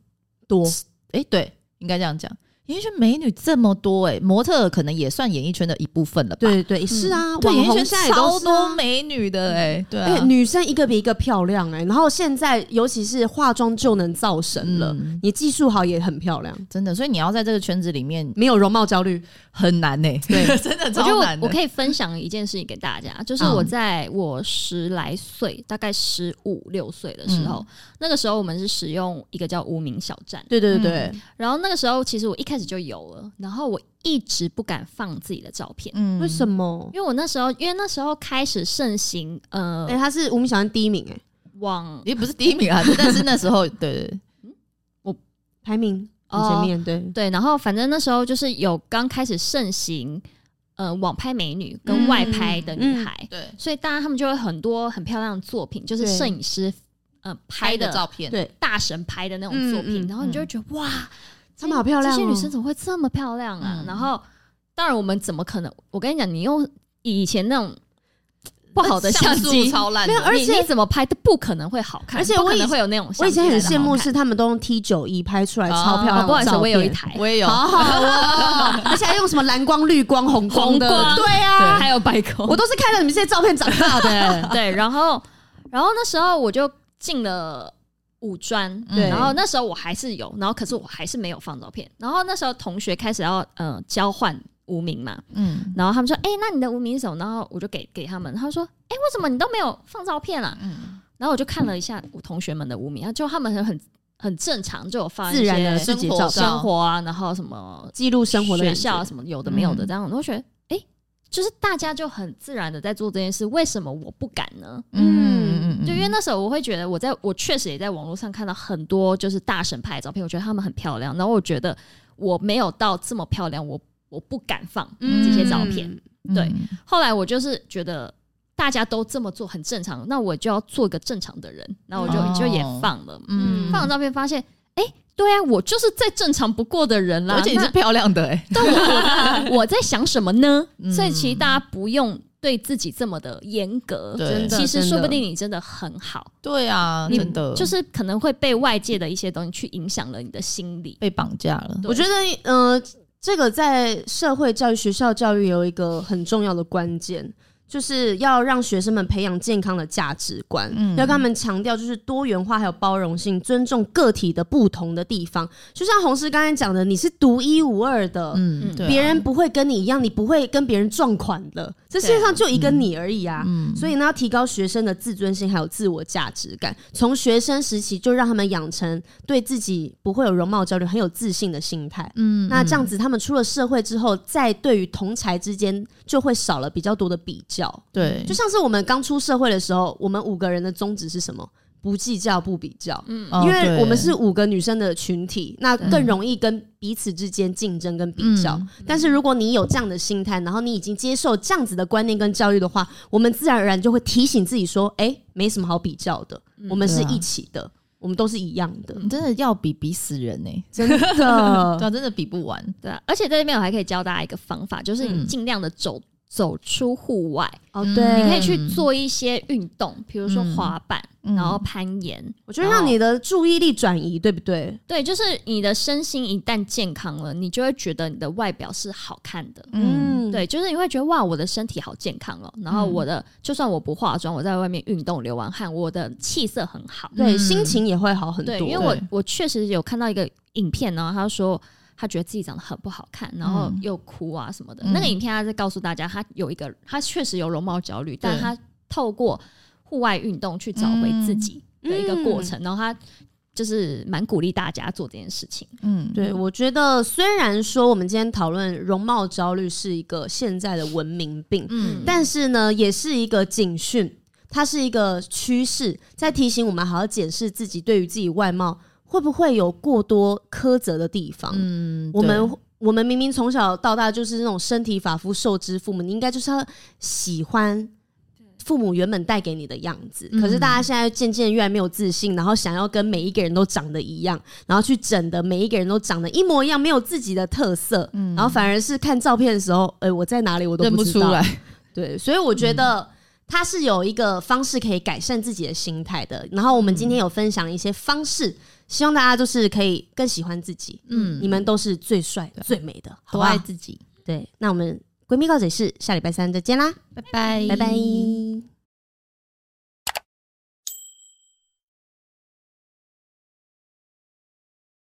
Speaker 2: 多
Speaker 3: 诶，对，应该这样讲，演艺圈美女这么多、诶，模特儿可能也算演艺圈的一部分了吧？
Speaker 2: 对对是啊，
Speaker 3: 对，
Speaker 2: 网
Speaker 3: 演艺
Speaker 2: 红
Speaker 3: 圈
Speaker 2: 现在也
Speaker 3: 超
Speaker 2: 都是
Speaker 3: 多
Speaker 2: 啊。
Speaker 3: 美女的、诶，对
Speaker 2: 哎、
Speaker 3: 啊，
Speaker 2: 女生一个比一个漂亮哎、然后现在尤其是化妆就能造神了，
Speaker 3: 嗯
Speaker 2: 你技术好也很漂亮，
Speaker 3: 真的，所以你要在这个圈子里面
Speaker 2: 没有容貌焦虑。
Speaker 3: 很难呢、对， *laughs* 真的
Speaker 1: 我觉得
Speaker 3: 超难
Speaker 1: 我我
Speaker 3: 的。
Speaker 1: 可以分享一件事情给大 *laughs* 家，就是我在我十来岁，大概十五六岁的时候，那个时候我们是使用一个叫无名小站，
Speaker 2: 对对对
Speaker 3: 嗯
Speaker 2: 对，
Speaker 1: 然后那个时候其实我一开开始就有了，然后我一直不敢放自己的照片，
Speaker 3: 嗯
Speaker 2: 为什么？
Speaker 1: 因为我那时候，因为那时候开始盛行，呃
Speaker 2: 哎、，他是无名小站第一名、哎，
Speaker 1: 网
Speaker 3: 也不是第一 *laughs* 名啊，但是那时候对对对，
Speaker 2: 排名
Speaker 1: 哦
Speaker 2: 很前面，对，
Speaker 1: 对，然后反正那时候就是有刚开始盛行，呃，网拍美女跟外拍的
Speaker 2: 嗯
Speaker 1: 女孩，
Speaker 3: 对
Speaker 1: 所以大家他们就会很多很漂亮的作品，就是
Speaker 2: 对
Speaker 1: 摄影师呃拍
Speaker 3: 拍的
Speaker 1: 的
Speaker 3: 照片，
Speaker 2: 对
Speaker 1: 大神拍的那种作
Speaker 2: 嗯
Speaker 1: 品，
Speaker 2: 嗯
Speaker 1: 然后你就会觉得、哇，
Speaker 2: 她们好漂亮哦
Speaker 1: 哎这些女生怎么会这么漂亮啊？
Speaker 3: 嗯
Speaker 1: 然后当然我们怎么可能？我跟你讲，你用以前那种不好的相
Speaker 3: 像素
Speaker 1: 机。
Speaker 3: 超烂
Speaker 2: 没
Speaker 3: 的，
Speaker 2: 有而
Speaker 1: 你
Speaker 2: 且
Speaker 1: 你怎么拍都不可能会好看，
Speaker 2: 而且
Speaker 1: 不可
Speaker 2: 我以
Speaker 1: 能会有那种
Speaker 2: 我
Speaker 1: 相
Speaker 2: 以
Speaker 1: 机
Speaker 2: 前
Speaker 1: 来
Speaker 2: 很
Speaker 1: 的好看。
Speaker 2: 羡慕是他们都用 T 九一拍出来
Speaker 3: 哦
Speaker 2: 超漂亮的照片、
Speaker 1: 哦不好意思，我有一台，
Speaker 3: 我也有，
Speaker 2: 好好哦， *laughs* 而且还用什么蓝光、绿光、红光
Speaker 1: *laughs*
Speaker 2: 的，
Speaker 1: 红光
Speaker 2: 对啊，
Speaker 1: 还有白狗。。
Speaker 2: 我都是看了你们这些照片长大的
Speaker 1: *laughs* 对，然后然后那时候我就进了五专，
Speaker 2: 嗯
Speaker 3: 对
Speaker 1: 然后那时候我还是有，然后可是我还是没有放照片。然后那时候同学开始要呃交换无名嘛，
Speaker 3: 嗯
Speaker 1: 然后他们说：“哎、那你的无名是什么？”然后我就给给他们，他说：“哎、为什么你都没有放照片啊
Speaker 3: 嗯，？”
Speaker 1: 然后我就看了一下我同学们的无名，啊，就他们很很很正常，就有放一
Speaker 2: 自然的
Speaker 1: 些
Speaker 2: 自己的照
Speaker 3: 生
Speaker 2: 片，
Speaker 1: 生活啊，然后什么
Speaker 2: 记录生活的
Speaker 1: 学
Speaker 2: 感
Speaker 1: 校啊
Speaker 2: 觉，
Speaker 1: 什么有的没有的
Speaker 3: 嗯
Speaker 1: 这样，我都觉得哎、诶就是大家就很自然的在做这件事，为什么我不敢呢？
Speaker 3: 嗯嗯，
Speaker 1: 就因为那时候我会觉得我在我确实也在网络上看到很多就是大神拍的照片，我觉得他们很漂亮，然后我觉得我没有到这么漂亮，我我不敢放这些照片。
Speaker 2: 嗯
Speaker 1: 对后来我就是觉得。大家都这么做很正常，那我就要做个正常的人，然后我就、
Speaker 3: 哦
Speaker 1: 就也放了，
Speaker 3: 嗯
Speaker 1: 放了照片发现，哎、对啊，我就是再正常不过的人啦。
Speaker 3: 而且你
Speaker 1: 那 *laughs*
Speaker 3: 是漂亮的哎，
Speaker 1: 但我我我在想什么呢？
Speaker 3: 嗯
Speaker 1: 所以其实大家不用对自己这么的严格。
Speaker 3: 对
Speaker 2: 真的，
Speaker 1: 其实
Speaker 2: 真的
Speaker 1: 说不定你真的很好，
Speaker 3: 对啊，
Speaker 1: 你
Speaker 3: 真的
Speaker 1: 就是可能会被外界的一些东西去影响了你的心理。
Speaker 3: 被绑架了，
Speaker 1: 对
Speaker 2: 我觉得，呃，这个在社会教育、学校教育有一个很重要的关键，就是要让学生们培养健康的价值观，
Speaker 3: 嗯
Speaker 2: 要跟他们强调就是多元化还有包容性，尊重个体的不同的地方。就像红师刚才讲的，你是独一无二的。
Speaker 3: 嗯，对啊
Speaker 2: 别人不会跟你一样，你不会跟别人撞款的。这世界上就一个你而已啊！
Speaker 3: 嗯
Speaker 2: 所以呢，要提高学生的自尊心还有自我价值感，从学生时期就让他们养成对自己不会有容貌焦虑、很有自信的心态。
Speaker 3: 嗯
Speaker 2: 那这样子，他们出了社会之后，在对于同才之间就会少了比较多的比较。
Speaker 3: 对，
Speaker 2: 就像是我们刚出社会的时候，我们五个人的宗旨是什么？不计较，不比较。
Speaker 3: 哦
Speaker 2: 因为
Speaker 3: 对
Speaker 2: 我们是五个女生的群体，那更容易跟彼此之间竞争跟比较。
Speaker 3: 嗯
Speaker 2: 但是如果你有这样的心态，然后你已经接受这样子的观念跟教育的话，我们自然而然就会提醒自己说：“哎、没什么好比较的，我们是
Speaker 3: 对啊嗯
Speaker 2: 一起的，我们都是一样的。
Speaker 3: 你真的要比比死人欸呢，
Speaker 2: *laughs* 真的，
Speaker 3: *laughs* 对啊，真的比不完，
Speaker 1: 对啊，而且在这边我还可以教大家一个方法，就是你
Speaker 3: 嗯
Speaker 1: 尽量的走、走出户外，
Speaker 2: 哦，
Speaker 3: 嗯
Speaker 2: 对，
Speaker 1: 你可以去做一些运动，比如说滑板，
Speaker 3: 嗯
Speaker 1: 然后攀岩。
Speaker 2: 我觉得让你的注意力转移，对不对？
Speaker 1: 对，就是你的身心一旦健康了，你就会觉得你的外表是好看的。
Speaker 3: 嗯，
Speaker 1: 对，就是你会觉得哇，我的身体好健康哦。然后我的、就算我不化妆，我在外面运动流完汗，我的气色很好。
Speaker 2: 对，
Speaker 3: 嗯
Speaker 2: 心情也会好很多。
Speaker 1: 对，因为我
Speaker 3: 对
Speaker 1: 我确实有看到一个影片，然后他说他觉得自己长得很不好看，然后
Speaker 3: 嗯
Speaker 1: 又哭啊什么的。
Speaker 3: 嗯
Speaker 1: 那个影片他在告诉大家，他有一个他确实有容貌焦虑，但
Speaker 3: 对嗯
Speaker 1: 他透过户外运动去找回自己的一个过程，然后他就是蛮鼓励大家做这件事情。
Speaker 3: 嗯，
Speaker 2: 对，我觉得虽然说我们今天讨论容貌焦虑是一个现在的文明病，
Speaker 3: 嗯
Speaker 2: 但是呢，也是一个警讯，它是一个趋势，在提醒我们好好检视自己对于自己外貌会不会有过多苛责的地方。
Speaker 3: 嗯，
Speaker 2: 我
Speaker 3: 对
Speaker 2: 们我们明明从小到大就是那种身体发肤受之父母，你应该就是要喜欢父母原本带给你的样子。
Speaker 3: 嗯
Speaker 2: 可是大家现在渐渐越来没有自信，然后想要跟每一个人都长得一样，然后去整的每一个人都长得一模一样，没有自己的特色。然后反而是看照片的时候，哎、我在哪里我都
Speaker 3: 嗯认不
Speaker 2: 知
Speaker 3: 出
Speaker 2: 道。
Speaker 3: 来，
Speaker 2: 对，所以我觉得它是有一个方式可以改善自己的心态的。然后我们今天有分享一些方式，希望大家就是可以更喜欢自己。嗯，你们都是最帅、最美的，好啊
Speaker 3: 多
Speaker 2: 不好
Speaker 3: 爱？自己，
Speaker 2: 对，那我们闺蜜告解室下礼拜三再见啦，
Speaker 3: 拜拜
Speaker 2: 拜拜